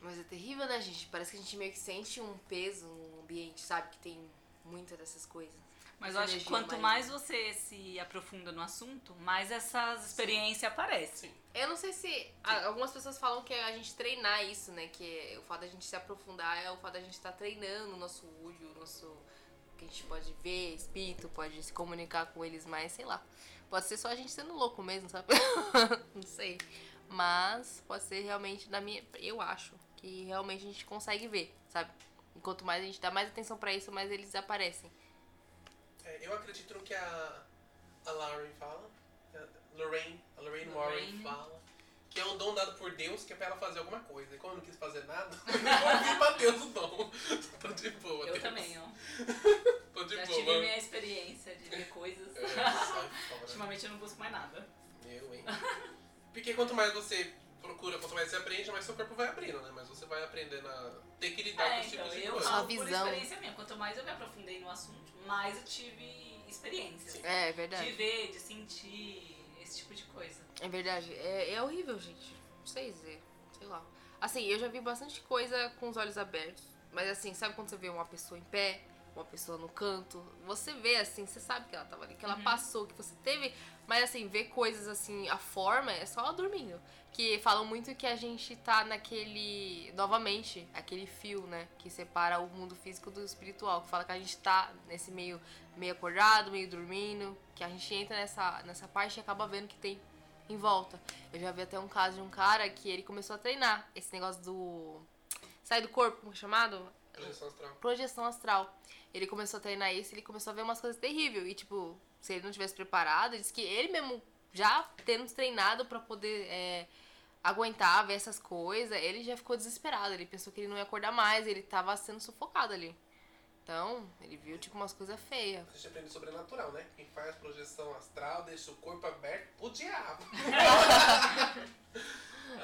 S3: Mas é terrível, né, um gente? Parece que a gente meio que sente um peso no ambiente, sabe? Que tem muita dessas coisas.
S2: Mas eu acho que
S3: Energia
S2: quanto
S3: mais.
S2: mais você se aprofunda no assunto, mais essas experiências aparecem.
S1: Sim.
S3: Eu não sei se. a- Algumas pessoas falam que é a gente treinar isso, né? Que o fato da gente se aprofundar é o fato da gente estar treinando o nosso olho, o nosso. que a gente pode ver, espírito, pode se comunicar com eles mais, sei lá. Pode ser só a gente sendo louco mesmo, sabe? não sei. Mas pode ser realmente, na minha. Eu acho que realmente a gente consegue ver, sabe? E quanto mais a gente dá mais atenção pra isso, mais eles aparecem.
S1: É, eu acredito no que a, a Lauren fala, a Lorraine, a Lorraine, Warren
S2: Lorraine.
S1: fala, que é um dom dado por Deus, que é pra ela fazer alguma coisa. E como eu não quis fazer nada, agora eu pra Deus o dom. Tô de boa,
S2: Eu
S1: Deus.
S2: também, ó.
S1: Tô de
S2: Já
S1: boa.
S2: tive minha experiência de ver coisas.
S1: É, sai fora.
S2: Ultimamente eu não busco mais nada.
S1: Eu, hein. Porque quanto mais você procura, quanto mais você aprende, mais seu corpo vai abrindo, né? Mas você vai aprendendo a ter que lidar com
S2: É,
S1: esse tipo
S2: então,
S1: de
S2: eu
S1: coisa.
S3: Sua
S2: falo por
S3: visão.
S2: experiência minha. Quanto mais eu me aprofundei no assunto, mais eu tive experiências.
S1: Sim.
S3: É, é
S2: De
S3: verdade.
S2: ver, de sentir, esse tipo de coisa.
S3: É verdade. É, é horrível, gente. Não sei dizer. Sei lá. Assim, eu já vi bastante coisa com os olhos abertos. Mas assim, sabe quando você vê uma pessoa em pé, uma pessoa no canto? Você vê assim, você sabe que ela tava ali, que ela passou, que você teve. Mas assim, ver coisas assim, a forma é só dormindo. Que falam muito que a gente tá naquele. Novamente, aquele fio, né? Que separa o mundo físico do espiritual. Que fala que a gente tá nesse meio, meio acordado, meio dormindo. Que a gente entra nessa, nessa parte e acaba vendo que tem em volta. Eu já vi até um caso de um cara que ele começou a treinar esse negócio do. Sai do corpo, como que é chamado?
S1: Projeção astral.
S3: Projeção astral. Ele começou a treinar isso e ele começou a ver umas coisas terríveis. E, tipo, se ele não tivesse preparado, ele disse que ele mesmo, já tendo treinado pra poder é, aguentar ver essas coisas, ele já ficou desesperado. Ele pensou que ele não ia acordar mais, ele tava sendo sufocado ali. Então, ele viu, tipo, umas coisas feias.
S1: A gente aprende sobrenatural, né? Quem faz projeção astral deixa o corpo aberto pro diabo.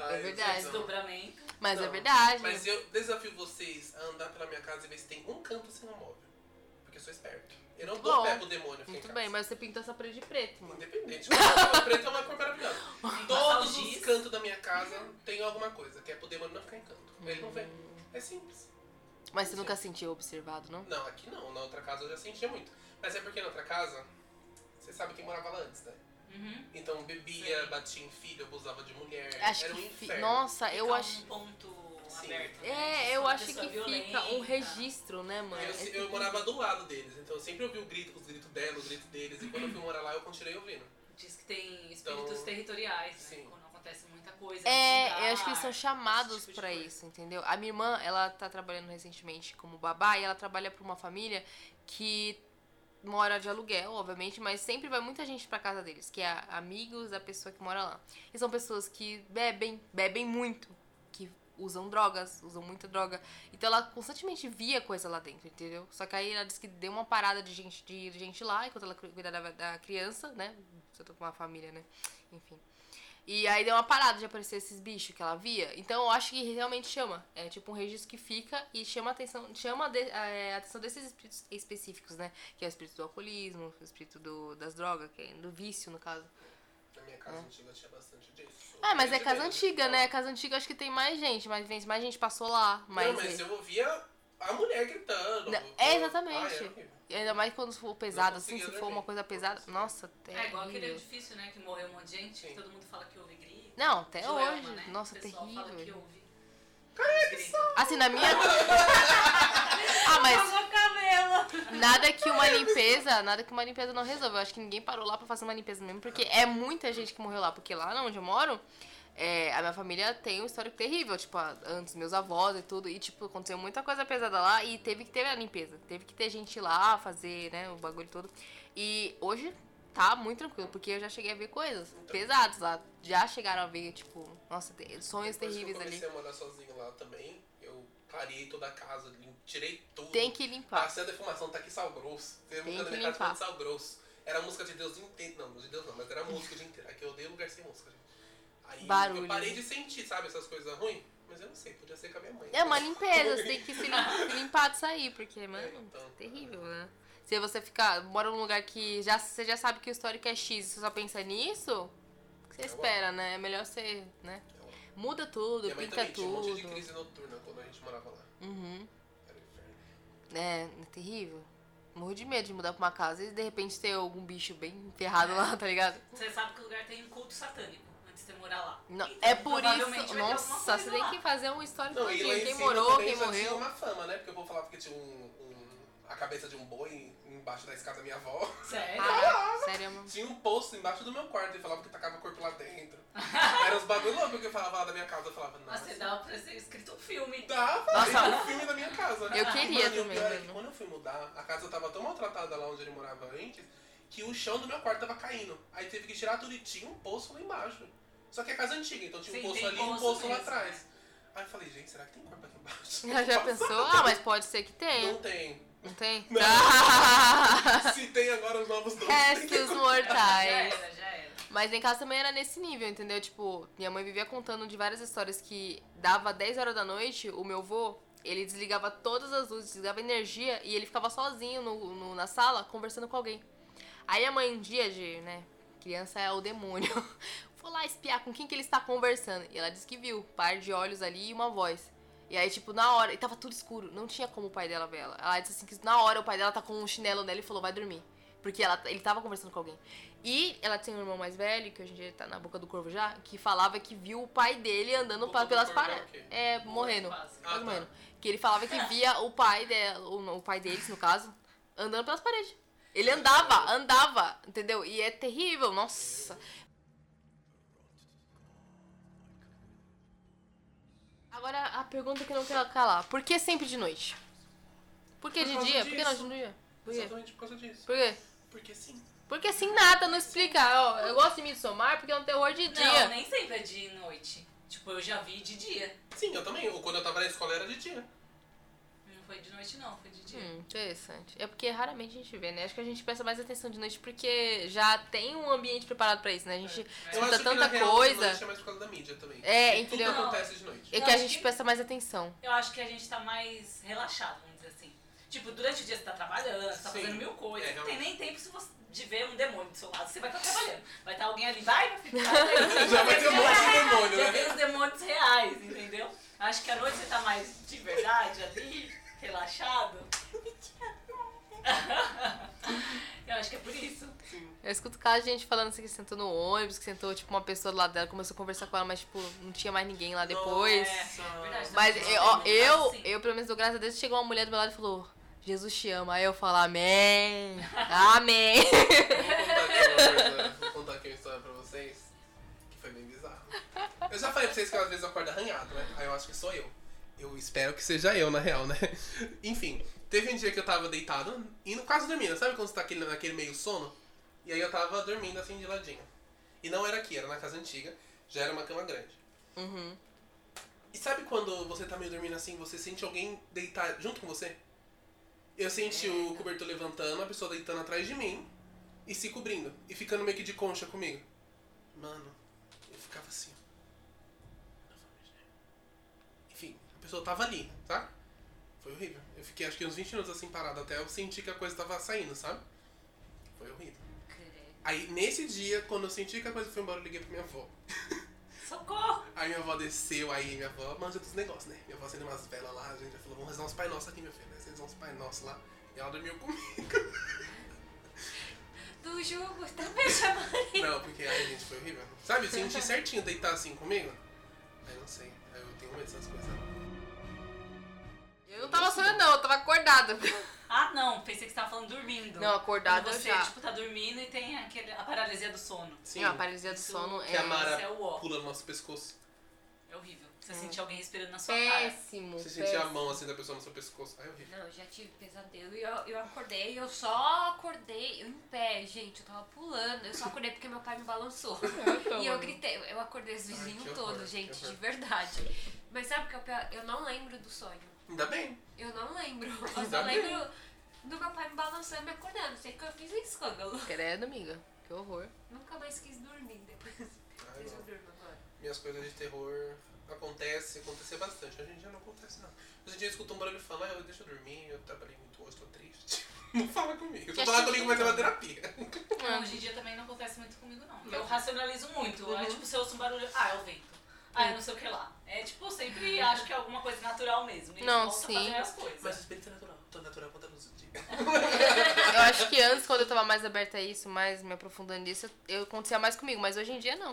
S1: Ai,
S3: É verdade.
S1: vocês são-
S2: Desdobramento.
S3: Mas é
S1: Não,
S3: verdade.
S1: então. Mas eu desafio vocês a andar pela minha casa e ver se tem um canto sem um móvel. Porque eu sou esperto. Eu não
S3: Muito
S1: dou
S3: bom.
S1: pé pro demônio ficar em
S3: Muito
S1: casa.
S3: bem, mas você pintou essa parede de preto, mano.
S1: Independente. O preto é uma cor maravilhosa.
S2: passar o
S1: Todos os
S2: giz.
S1: cantos da minha casa tem alguma coisa, que é pro demônio não ficar em canto. Ele não vê.
S3: Hum.
S1: É simples.
S3: Mas você
S1: é.
S3: nunca sentiu observado, não?
S1: Não, aqui não. Na outra casa eu já sentia muito. Mas é porque na outra casa, você sabe quem morava lá antes, né?
S2: Uhum.
S1: Então bebia, batia em filho, abusava de mulher.
S3: Acho
S1: Era um
S3: que fi-
S1: inferno.
S3: Nossa, eu
S2: Fica
S3: acho.
S2: um ponto
S1: Sim.
S2: aberto. né?
S3: É,
S2: De
S3: eu
S2: uma
S3: acho
S2: pessoa
S3: que fica
S2: violenta.
S3: um registro, né, mano?
S1: Eu, se- eu morava do lado deles, então eu sempre ouvi o grito, os gritos dela, o grito deles, e quando eu fui morar lá eu continuei ouvindo.
S2: Diz que tem espíritos
S1: Então,
S2: territoriais, né?
S1: sim.
S2: Quando acontece muita coisa.
S3: É,
S2: num
S3: eu acho que eles são
S2: lugar,
S3: chamados
S2: esse tipo de
S3: pra
S2: coisa.
S3: isso, entendeu? A minha irmã, ela tá trabalhando recentemente como babá e ela trabalha pra uma família que mora de aluguel, obviamente, mas sempre vai muita gente pra casa deles, que é a- amigos da pessoa que mora lá. E são pessoas que bebem, bebem muito, que usam drogas, usam muita droga. Então ela constantemente via coisa lá dentro, entendeu? Só que aí ela disse que deu uma parada de gente, de gente lá, enquanto ela cu- cuidava da criança, né? Se eu tô com uma família, né? Enfim. E aí deu uma parada de aparecer esses bichos que ela via. Então eu acho que realmente chama. É tipo um registro que fica e chama a atenção, chama a, de- é, a atenção desses espíritos específicos, né? Que é o espírito do alcoolismo, o espírito do- das drogas, que é do vício, no caso.
S1: Na minha casa antiga tinha bastante disso.
S3: Hum. Ah, mas é
S1: Grande
S3: casa
S1: mesmo.
S3: antiga, né? Casa antiga acho que tem mais gente, mas vem- mais gente passou lá. Mas,
S1: não, mas eu ouvia a mulher gritando.
S3: Não,
S1: Eu-
S3: é,
S1: Ah,
S3: exatamente.
S1: era horrível.
S3: E Ainda mais quando for pesado, assim,
S1: conseguia
S3: se for
S1: dormir.
S3: uma coisa pesada. Nossa, até.
S2: É igual aquele edifício, né? Que morreu um monte de gente,
S1: Sim.
S2: que todo mundo fala que houve grito.
S3: Não, até
S2: Joelma,
S3: É hoje.
S2: né?
S3: Nossa,
S2: o pessoal
S3: terrível.
S2: Fala que houve.
S3: Assim, na minha. ah, mas
S2: Mas... cabelo!
S3: nada que uma limpeza, nada que uma limpeza não resolva. Eu acho que ninguém parou lá pra fazer uma limpeza mesmo, porque é muita gente que morreu lá. Porque lá onde eu moro, é, a minha família tem um histórico terrível. Tipo, a- antes meus avós e tudo. E, tipo, aconteceu muita coisa pesada lá e teve que ter a limpeza. Teve que ter gente lá fazer, né, o bagulho todo. E hoje tá muito tranquilo, porque eu já cheguei a ver coisas pesadas lá. Já chegaram a ver, tipo, nossa, te- sonhos
S1: Depois que eu
S3: terríveis ali.
S1: comecei a morar sozinho lá também, eu parei toda a casa, lim- tirei tudo.
S3: Tem que limpar.
S1: Passei a defumação, tá aqui sal grosso. Tem
S3: Tem
S1: música da
S3: que
S1: minha casa
S3: limpar.
S1: falando sal grosso. Era música de Deus inteiro. Não, de Deus não, mas era música o dia inteiro. Aqui eu odeio lugar sem música, gente. Aí
S3: Barulho,
S1: eu parei
S3: né?
S1: de sentir, sabe, essas coisas ruins. Mas eu não sei, podia ser com a minha mãe.
S3: É uma limpeza, você tem que se lim- se limpar disso aí, porque, mano,
S1: É, então.
S3: é terrível, né? Se você ficar, mora num lugar que já, você já sabe que o histórico é X e você só pensa nisso, o que você
S1: É bom.
S3: espera, né? É melhor você, né? Muda tudo,
S1: Minha mãe
S3: pinta
S1: também tinha um
S3: tudo.
S1: monte de crise noturna quando a gente morava lá.
S3: Uhum.
S1: Era um inferno.
S3: É, é terrível. morro de medo de mudar pra uma casa e de repente ter algum bicho bem ferrado lá, tá ligado?
S2: Você sabe que o lugar tem um culto satânico antes de você morar lá.
S3: Não,
S2: Então,
S3: é por
S2: provavelmente
S3: isso.
S2: vai ter alguma
S3: Nossa, você
S2: coisa
S3: tem
S2: lá.
S3: que fazer um histórico
S1: Não, e lá
S3: de
S1: em
S3: quem
S1: cima
S3: morreu,
S1: também já
S3: quem
S1: tinha
S3: morreu.
S1: uma fama, né? Porque o povo falava que tinha um, um- a cabeça de um boi embaixo da escada da minha avó.
S3: Uhum.
S2: Sério?
S3: Ah, sério, mano.
S1: Tinha um poço embaixo do meu quarto e falava que tacava o corpo lá dentro. Era uns bagulho louco que eu falava lá da minha casa. Eu falava, nossa,
S2: Nossa, dá pra ser escrito um filme.
S1: dava
S3: Nossa.
S1: dava um filme da minha casa.
S3: Eu queria
S1: Mano, e o
S3: também,
S1: pior é que
S3: mano.
S1: quando eu fui mudar, a casa tava tão maltratada lá onde ele morava antes, que o chão do meu quarto tava caindo. Aí teve que tirar tudo e tinha um poço lá embaixo. Só que é casa antiga, então tinha
S2: Sim,
S1: um poço
S2: tem
S1: ali e um
S2: poço
S1: poço lá
S2: mesmo,
S1: atrás. Aí eu falei, gente, será que tem corpo aqui embaixo?
S3: Já, já pensou? Ah, mas pode ser que tenha.
S1: Não tem.
S3: Não tem?
S1: Não.
S3: Ah!
S1: Se tem agora os novos donos.
S3: Restos
S2: Já
S3: mortais.
S2: era, já era.
S3: Mas em casa também era nesse nível, entendeu? Tipo, minha mãe vivia contando de várias histórias que dava 10 horas da noite, o meu vô, ele desligava todas as luzes, desligava a energia e ele ficava sozinho no- no- na sala conversando com alguém. Aí a mãe, um dia de, né, criança é o demônio, foi lá espiar com quem que ele está conversando. E ela disse que viu, par de olhos ali e uma voz. E aí, tipo, na hora, e tava tudo escuro, não tinha como o pai dela ver ela. Ela disse assim que na hora o pai dela tá com um chinelo nela e falou, vai dormir. Porque ela, ele tava conversando com alguém. E ela tem um irmão mais velho, que hoje em dia ele tá na boca do corvo já, que falava que viu o pai dele andando
S1: Boca
S3: pa-
S1: do
S3: pelas
S1: corvo é o
S3: paradas.
S1: quê?
S3: É, morrendo.
S2: Quase.
S1: Ah,
S3: Quase
S1: tá.
S3: morrendo. Que ele falava que via o pai dela, o, o pai deles, no caso, andando pelas paredes. Ele andava, andava, entendeu? E é terrível, nossa. Agora a pergunta que eu não quero calar. Por que sempre de noite? Por que
S1: Por
S3: de
S1: causa
S3: dia? Por que não de
S1: disso.
S3: dia? Por quê?
S1: Exatamente por causa disso.
S3: Por quê?
S1: Porque sim.
S3: Porque assim nada, não explica. Ó, eu gosto de me somar porque é um terror de dia.
S2: Não, nem sempre é de noite. Tipo, eu já vi de dia.
S1: Sim, eu também. Eu- Quando eu tava na escola era de dia.
S2: Não foi de noite, não, foi de dia.
S3: Hum, interessante. É porque raramente a gente vê, né? Acho que a gente presta mais atenção de noite porque já tem um ambiente preparado pra isso, né? A gente
S1: Eu
S3: escuta
S1: acho Então, que na
S3: tanta
S1: real, de
S3: coisa.
S1: noite é mais por causa da mídia também.
S3: É,
S1: Porque
S3: entendeu?
S1: Tudo acontece de noite.
S3: É
S2: Eu
S3: que a
S2: acho
S3: gente
S2: que-
S3: presta mais atenção.
S2: Eu acho que a gente tá mais relaxado, vamos dizer assim. Tipo, durante o dia você tá trabalhando, você tá
S1: Sim.
S2: fazendo mil coisas.
S1: É,
S2: não tem
S1: realmente.
S2: nem tempo se você, de ver um demônio do seu lado. Você vai estar trabalhando. Vai estar alguém ali, vai, meu filho. vai, vai,
S1: Já vai ter um monte de demônio,
S2: Já
S1: né?
S2: tem os demônios reais, entendeu? Acho que à noite você tá mais de verdade ali, relaxado. Eu acho que é por isso.
S3: Eu escuto casos de gente falando assim que sentou no ônibus, que sentou, tipo, uma pessoa do lado dela, começou a conversar com ela, mas, tipo, não tinha mais ninguém lá depois.
S1: Nossa.
S2: verdade.
S3: Ah,
S2: tá
S3: Mas
S2: Não,
S3: eu, ó,
S2: não,
S3: eu,
S2: assim.
S3: eu, pelo menos, dou graças a Deus, chegou uma mulher do meu lado e falou, Jesus te ama. Aí eu falo, amém, amém.
S1: Vou contar aqui uma coisa, vou contar aqui uma história pra vocês, que foi bem bizarro. Eu já falei pra vocês que às vezes eu acordo arranhado, né? Aí eu acho que sou eu. Eu espero que seja eu, na real, né? Enfim, teve um dia que eu tava deitado, indo quase dormindo. Sabe quando você tá aquele- naquele meio sono? E aí eu tava dormindo assim de ladinho. E não era aqui, era na casa antiga, já era uma cama grande.
S3: Uhum.
S1: E sabe quando você tá meio dormindo assim, você sente alguém deitar junto com você? Eu senti o cobertor levantando, a pessoa deitando atrás de mim e se cobrindo. E ficando meio que de concha comigo. Mano, eu ficava assim. ó. Enfim, a pessoa tava ali, tá? Foi horrível. Eu fiquei acho que uns 20 minutos assim parado até eu senti que a coisa tava saindo, sabe? Foi horrível. Aí nesse dia, quando eu senti que a coisa foi embora, eu liguei pra minha avó.
S2: Socorro!
S1: Aí minha avó desceu, aí minha avó manja dos negócios, né? Minha avó acendeu umas velas lá, a gente já falou, vamos rezar uns Pai Nosso aqui, meu filho, né? Vocês rezar uns Pai Nosso lá. E ela dormiu comigo.
S4: Do jogo, tá me chamando.
S1: Não, porque aí, gente, foi horrível. Sabe, senti certinho deitar assim comigo. Aí não sei, aí eu tenho medo dessas coisas.
S3: Eu não tava sonhando, não, eu tava acordada.
S2: Ah, não, pensei que você tava falando dormindo.
S3: Não, acordado
S2: Quando você,
S3: eu já.
S2: tipo, tá dormindo e tem aquele, a paralisia do sono.
S1: Sim,
S3: Não, a É paralisia do
S2: Isso
S3: sono
S1: que
S3: é
S1: a Mara
S2: esse é o ó.
S1: pula no nosso pescoço.
S2: É horrível. Você sentir alguém respirando na sua cara.
S3: péssimo.
S1: Você sentir a
S3: péssimo.
S1: mão assim da pessoa no seu pescoço. Aí é horrível.
S4: Não, eu já tive pesadelo e eu, eu acordei, eu só acordei em pé, gente, eu tava pulando, eu só acordei porque meu pai me balançou.
S3: tô,
S4: e eu
S3: mano.
S4: gritei, eu acordei os vizinhos
S1: que horror,
S4: todos,
S1: que
S4: gente, de
S1: horror.
S4: verdade. Mas sabe o que é o pior? Eu não lembro do sonho.
S1: Ainda bem.
S4: Eu não lembro. Eu
S1: Ainda
S4: só
S1: bem.
S4: lembro do meu pai me balançando e me acordando. Sei que eu fiz um escândalo.
S3: Credo, amiga. Que horror.
S4: Nunca mais quis dormir depois.
S1: Ai,
S4: Mas eu
S1: não.
S4: durmo agora.
S1: Minhas coisas de terror acontecem, acontecer bastante. Hoje em dia não acontece, não. Hoje em dia eu escuto um barulho e falo, ah, eu- deixa eu dormir, eu trabalhei muito hoje, tô triste. Não fala comigo.
S3: Que
S1: Se falar
S3: assim,
S1: comigo vai ter uma
S3: então.
S1: terapia.
S2: Não, hoje em dia também não acontece muito comigo, não. Eu racionalizo muito.
S3: Uhum.
S2: Aí, tipo, se eu ouço um barulho, ah, é o vento. Ah, eu não sei o que lá. É, tipo, eu sempre acho que é alguma coisa natural mesmo. E
S3: Não,
S2: volto a
S3: sim.
S2: fazer as coisas. né?
S1: um Mas o espírito é natural. Todo natural quanto a luz do dia.
S3: acho que antes, quando eu tava mais aberta a isso, mais me aprofundando nisso, eu acontecia mais comigo, mas hoje em dia não.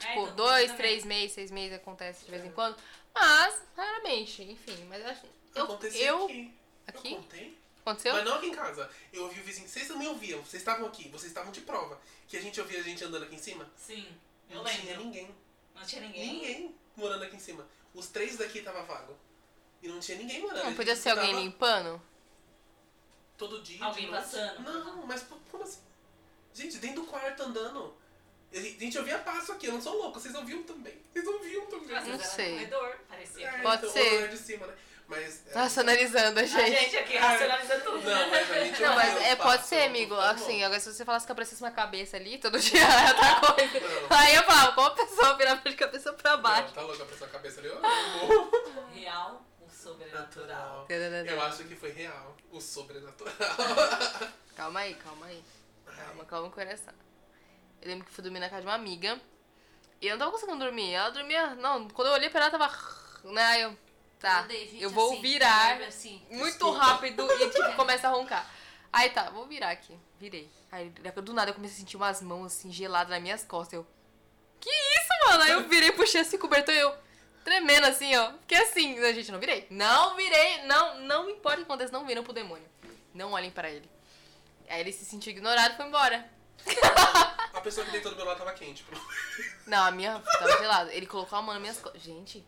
S2: É,
S3: Tipo,
S2: então,
S3: dois,
S2: também.
S3: três meses, seis meses acontece de vez em quando. Mas, raramente, enfim. Mas eu acho. Eu,
S1: Aconteceu
S3: eu,
S1: aqui.
S3: aqui?
S1: Eu contei.
S3: Aconteceu?
S1: Mas não aqui em casa. Eu ouvi o vizinho. Vocês também ouviam. Vocês estavam aqui. Vocês estavam de prova. Que a gente ouvia a gente andando aqui em cima.
S2: Sim, eu
S1: não tinha
S2: lembro.
S1: ninguém.
S2: Não tinha ninguém?
S1: Ninguém morando aqui em cima. Os três daqui tava vago. E não tinha ninguém morando.
S3: Não
S1: A
S3: podia
S1: gente
S3: ser alguém
S1: escutava
S3: limpando?
S1: Todo dia. de
S2: Alguém
S1: noite.
S2: passando.
S1: Não, mas po- como assim? Gente, dentro do quarto andando. A gente ouvia passo aqui. Eu não sou louco. Vocês ouviam também. Vocês ouviam também.
S2: Às vezes
S3: Não
S2: era no
S3: sei.
S2: corredor, parecia.
S1: É,
S3: Pode
S1: então, o
S3: ser.
S1: andar de cima, né? Mas. é,
S3: Racionalizando a
S2: A
S3: gente.
S2: gente aqui racionalizando tudo.
S1: Não, mas a gente
S3: Não, mas
S1: ouvia
S3: é,
S1: o passo,
S3: pode ser,
S1: não
S3: amigo.
S1: tá bom.
S3: Assim, agora se você falasse que aparecesse uma cabeça ali, todo dia era outra coisa.
S1: Não.
S3: Aí eu falava, como a pessoa virar de cabeça pra
S1: Não,
S3: baixo?
S1: tá louca a pessoa cabeça ali. Oh,
S2: Real ou sobrenatural?
S1: natural. Eu acho que foi real. O sobrenatural.
S3: Calma aí, calma aí. Calma, calma o coração. Eu lembro que fui dormir na casa de uma amiga. E eu não tava conseguindo dormir. Ela dormia. Não, quando eu olhei pra ela, tava. Né, aí eu. Tá.
S4: Eu odeio gente
S3: Eu vou
S4: assim, que
S3: virar
S4: dorme assim.
S3: muito
S1: Desculpa.
S3: rápido e tipo, começa a roncar. Aí tá, vou virar aqui. Virei. Aí do nada eu comecei a sentir umas mãos assim geladas nas minhas costas. Eu. Que isso, mano? Aí eu virei, puxei esse cobertor e eu. Tremendo assim, ó. Fiquei assim. A gente não virei. Não virei. Não, não importa o que aconteça, não viram pro demônio. Não olhem pra ele. Aí ele se sentiu ignorado e foi embora.
S1: A pessoa que deitou do meu lado tava quente. Tipo,
S3: Não, a minha tava gelada. Ele colocou a mão nas minhas costas. Gente.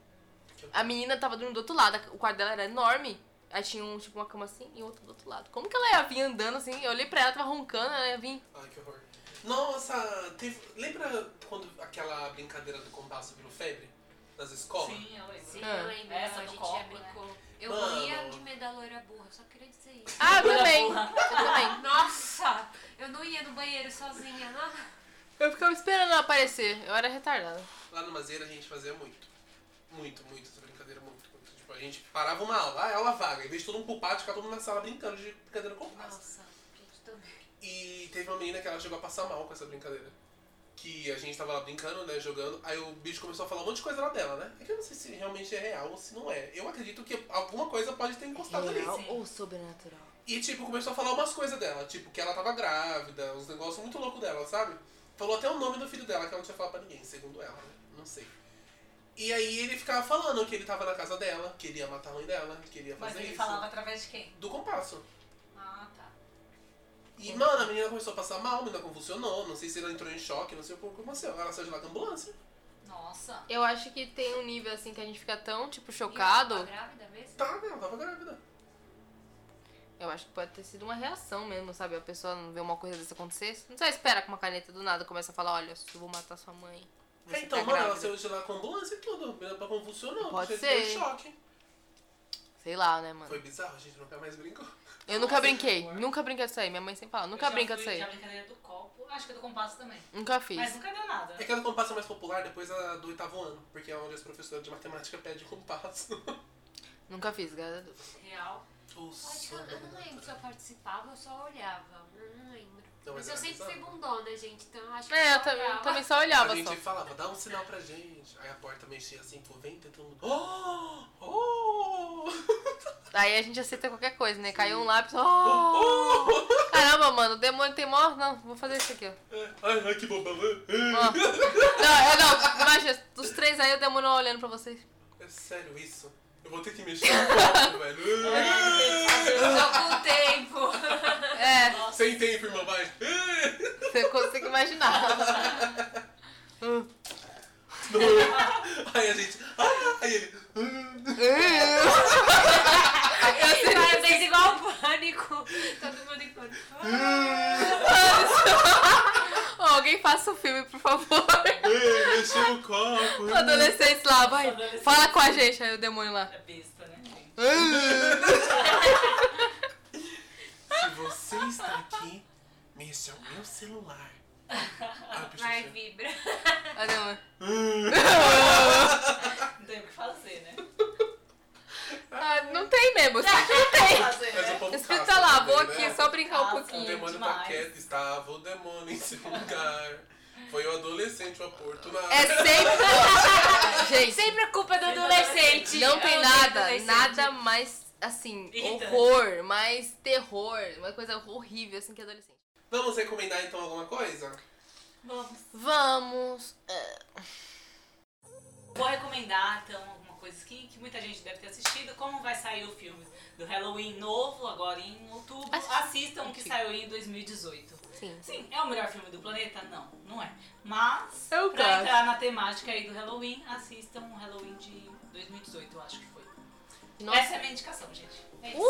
S3: A menina tava dormindo do outro lado. O quarto dela era enorme. Aí tinha um, tipo, uma cama assim e outra do outro lado. Como que ela ia vir andando assim? Eu olhei pra ela, tava roncando, ela ia vir.
S1: Ai, que horror. Nossa, teve... lembra quando aquela brincadeira do compasso virou febre? Nas escolas?
S2: Sim, eu lembro.
S4: Sim,
S3: Ah.
S4: eu lembro.
S2: Essa
S4: a
S2: do
S4: gente
S2: copo,
S4: já
S2: né?
S4: brincou. Eu
S1: Mano.
S4: morria de medo da loira burra, só queria dizer isso.
S3: Ah, eu também.
S2: Porra.
S3: Eu também.
S4: Nossa, eu não ia no banheiro sozinha, não.
S3: Eu ficava esperando ela aparecer. Eu era retardada.
S1: Lá no Mazeira a gente fazia muito. Muito, muito essa brincadeira, muito. muito. Tipo, a gente parava uma aula, ah, é aula vaga. Em vez de todo mundo pro pátio, ficava todo mundo na sala brincando de brincadeira do compasso.
S4: Nossa, gente, também.
S1: E teve uma menina que ela chegou a passar mal com essa brincadeira. Que a gente tava lá brincando, né, jogando, aí o bicho começou a falar um monte de coisa lá dela, né? É que eu não sei se realmente é real ou se não é. Eu acredito que alguma coisa pode ter encostado ali.
S3: Real ou sobrenatural?
S1: E, tipo, começou a falar umas coisas dela, tipo, que ela tava grávida, uns negócios muito loucos dela, sabe? Falou até o nome do filho dela, que ela não tinha falado pra ninguém, segundo ela, né? Não sei. E aí ele ficava falando que ele tava na casa dela, queria matar a mãe dela, queria fazer
S2: Mas ele
S1: é isso.
S2: falava através de quem?
S1: Do compasso.
S2: Ah, tá.
S1: E, mano, a menina começou a passar mal, a menina convulsionou, não sei se ela entrou em choque, não sei o que aconteceu. Ela saiu de lá com a ambulância.
S2: Nossa.
S3: Eu acho que tem um nível assim que a gente fica tão, tipo,
S4: E eu
S3: chocado.
S4: tava grávida mesmo?
S1: Tá, né? ela tava grávida.
S3: Eu acho que pode ter sido uma reação mesmo, sabe? A pessoa não vê uma coisa dessa acontecer. Não só espera com uma caneta do nada começa a falar, olha, eu vou matar sua mãe. Você
S1: então,
S3: tá
S1: mano, ela
S3: grávida.
S1: saiu de lá com a ambulância e tudo. A menina pra convulsionou,
S3: Pode
S1: cheio de
S3: ser.
S1: choque.
S3: Sei lá, né, mano?
S1: Foi bizarro, a gente nunca mais brincou.
S3: Eu nunca brinquei, nunca brinquei disso aí. Minha mãe sempre fala, nunca
S2: Eu já
S3: brinca
S2: fui
S3: disso aí.
S2: de a brincadeira do copo. Acho que do compasso um também.
S3: Nunca fiz.
S2: Mas nunca deu nada.
S1: É que a do compasso é mais popular depois a do oitavo ano, porque é onde as professoras de matemática pedem um compasso.
S3: Nunca fiz, graças a Deus.
S2: Real.
S1: O
S4: Eu Acho que eu, eu não lembro se eu participava, eu só olhava. Eu não lembro.
S1: Não, Então, mas
S4: mas
S1: era
S4: eu sempre fui
S1: bizarro.
S4: bundona, gente, então eu acho que
S3: É,
S4: eu
S3: eu
S4: só
S3: também,
S4: olhava.
S3: também só
S1: A
S3: olhava só.
S1: gente falava, dá um sinal pra gente. Aí a porta mexia assim pro vento e todo mundo. Oh! Oh!
S3: Aí a gente aceita qualquer coisa, né? Caiu um lápis, ó.
S1: oh!
S3: Caramba, mano, o demônio tem mó. Não, vou fazer isso aqui, ó.
S1: É. Ai, ai, que bobão. né?
S3: Ó. Não, eu não, imagina, dos três aí o demônio olhando pra vocês.
S1: É sério isso? Eu vou ter que mexer no copo, velho.
S4: Só com o tempo.
S3: É,
S2: Nossa.
S1: Sem tempo, irmão, vai.
S3: você consegue imaginar.
S1: Aí a gente. Ah, aí ele.
S4: Cara, fez igual o pânico. Todo mundo em pânico.
S1: Hum, ah,
S3: Ô, alguém faça o filme, por favor.
S1: Ei, mexer no copo.
S3: O adolescente lá, vai.
S2: Adolescente.
S3: Fala com a gente, aí o demônio lá.
S2: É besta, né, gente?
S1: Se você está aqui, mexa o meu celular. Ah, bicho,
S4: Vai,
S1: bicho.
S4: vibra.
S3: Aí o demônio.
S1: Ah.
S2: Não tem o que fazer, né?
S3: Ah, não tem mesmo, você não tem.
S2: Fazer,
S1: Mas o
S2: né?
S1: povo
S3: Escrita
S1: caça
S3: lá,
S1: também,
S3: vou
S1: né?
S3: aqui só brincar um
S2: Caça.
S1: O
S3: pouquinho.
S1: demônio
S2: demais.
S1: tá quieto, estava o demônio em seu lugar. Foi o adolescente oportunado.
S3: É sempre. Gente,
S1: né?
S4: Sempre a culpa do adolescente.
S3: não tem
S4: Eu odeio
S3: nada,
S4: adolescente.
S3: nada mais assim,
S2: Irritante.
S3: horror, mais terror, uma coisa horrível, assim, que adolescente.
S1: Vamos recomendar então alguma coisa?
S2: Vamos.
S3: Vamos. é,
S2: Vou recomendar, então, alguma coisa que, que muita gente deve ter assistido. Como vai sair o filme do Halloween novo, agora em outubro,
S3: Assisti-
S2: assistam o que
S3: assisti.
S2: saiu em 2018.
S3: sim.
S2: Sim, é o melhor filme do planeta? Não, não é. Mas,
S3: Eu
S2: pra
S3: gosto.
S2: entrar na temática aí do Halloween, assistam o Halloween de 2018, eu acho que foi.
S3: Nossa. Uh!
S2: Essa é a minha indicação, gente. É isso.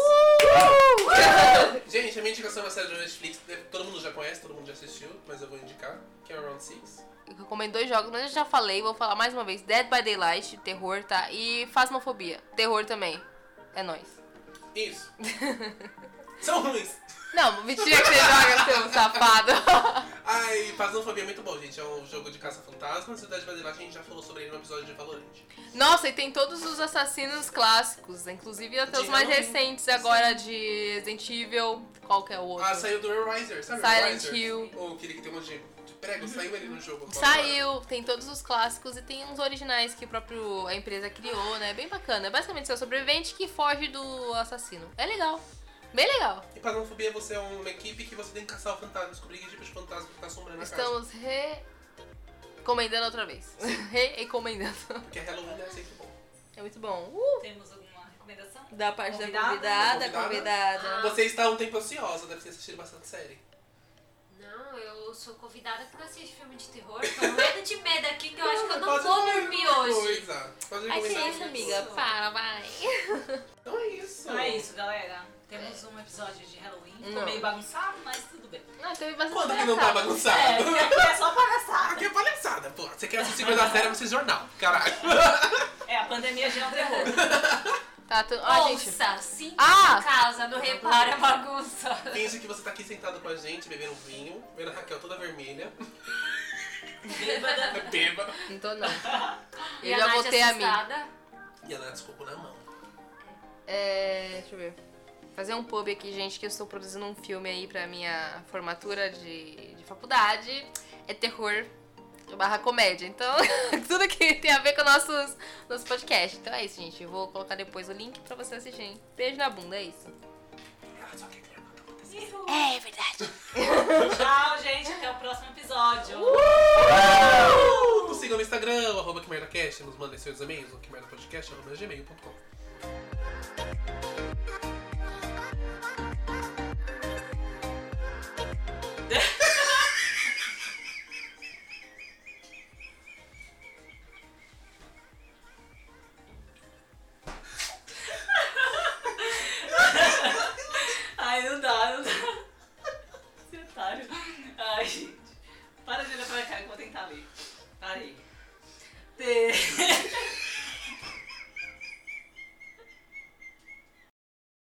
S1: Gente, a minha indicação é uma série da Netflix, todo mundo já conhece, todo mundo já assistiu, mas eu vou indicar, que é o Round Six.
S3: Eu recomendo dois jogos, mas eu já falei, vou falar mais uma vez. Dead by Daylight, terror, tá? E Fasmofobia, terror também. É nóis.
S1: Isso. São ruins.
S3: Não, mentira que você joga, seu safado.
S1: Ai, Fasmofobia é muito bom, gente. É um jogo de caça-fantasmas. e o Cidade Brasileira, a gente já falou sobre ele no episódio de Valorant.
S3: Nossa, e tem todos os assassinos clássicos, inclusive até os
S1: De
S3: mais
S1: Halloween.
S3: recentes agora de Resident Evil, qual que é o outro?
S1: Ah, saiu do Air Riser, sabe? o
S3: Silent
S1: Riser?
S3: Hill. Uhum.
S1: Ou aquele que tem um monte de- de prego, saiu ele no jogo. agora.
S3: Saiu, tem todos os clássicos e tem uns originais que a própria a empresa criou, né? Bem bacana. É basicamente seu sobrevivente que foge do assassino. É legal. Bem legal.
S1: E Fasmofobia, você é uma equipe que você tem que caçar o fantasma, descobrir que tipo de fantasma que tá assombrando a casa.
S3: Estamos re... Recomendando outra vez. Recomendando.
S1: Porque Halloween é sempre bom.
S3: É muito bom. Uh!
S2: Temos alguma recomendação?
S3: Da parte
S2: Convidada?
S3: da convidada,
S1: Convidada?
S4: Ah.
S3: convidada.
S1: Você está um tempo ansiosa, deve ter assistido bastante série.
S4: Não, eu sou convidada porque eu assisto filme de terror. Tô morrendo de medo aqui que eu acho que eu não
S1: Pode
S4: vou
S1: fazer
S4: dormir
S1: alguma
S4: hoje.
S1: é Coisa. Pode
S3: Ai, que
S1: recomendar
S3: isso,
S1: alguma
S3: amiga.
S1: coisa.
S3: Para, vai.
S1: Então é isso.
S2: Então é isso, galera. Temos um episódio de Halloween. Ficou
S3: Não.
S2: meio bagunçado, mas tudo bem.
S3: Não, Ah, teve bastante
S1: Quando que não tá
S3: engraçado.
S1: bagunçado?
S2: É, porque aqui é só palhaçada.
S1: Aqui é palhaçada, pô. Você quer assistir
S4: É.
S1: coisa séria, você jornal. Caralho.
S2: É, a pandemia já é um terror.
S3: Tá, tu... ah, gente.
S4: Ouça, sim,
S3: Ah!
S4: em casa, não repara a bagunça.
S1: Finge que você tá aqui sentado com a gente, bebendo um vinho, vendo a Raquel toda vermelha.
S2: Bêbada.
S1: Beba.
S3: Não tô não.
S4: E
S3: Eu já
S4: Nath
S3: botei a mim.
S4: assustada.
S1: E ela desculpa na mão.
S3: É. Deixa eu ver. Fazer um pub aqui, gente, que eu estou produzindo um filme aí pra minha formatura de, de faculdade. É terror barra comédia. Então, tudo que tem a ver com o nosso, nosso podcast. Então é isso, gente. Eu vou colocar depois o link pra você assistirem. Beijo na bunda, é isso.
S1: Ela só quer ver o que tá acontecendo.
S2: Isso.
S3: É verdade.
S2: Tchau, gente. Até o próximo episódio.
S1: Nos sigam no Instagram, arroba que merda cast, nos mandem seus e-mails, ou que merda podcast, arroba gmail.com.
S2: é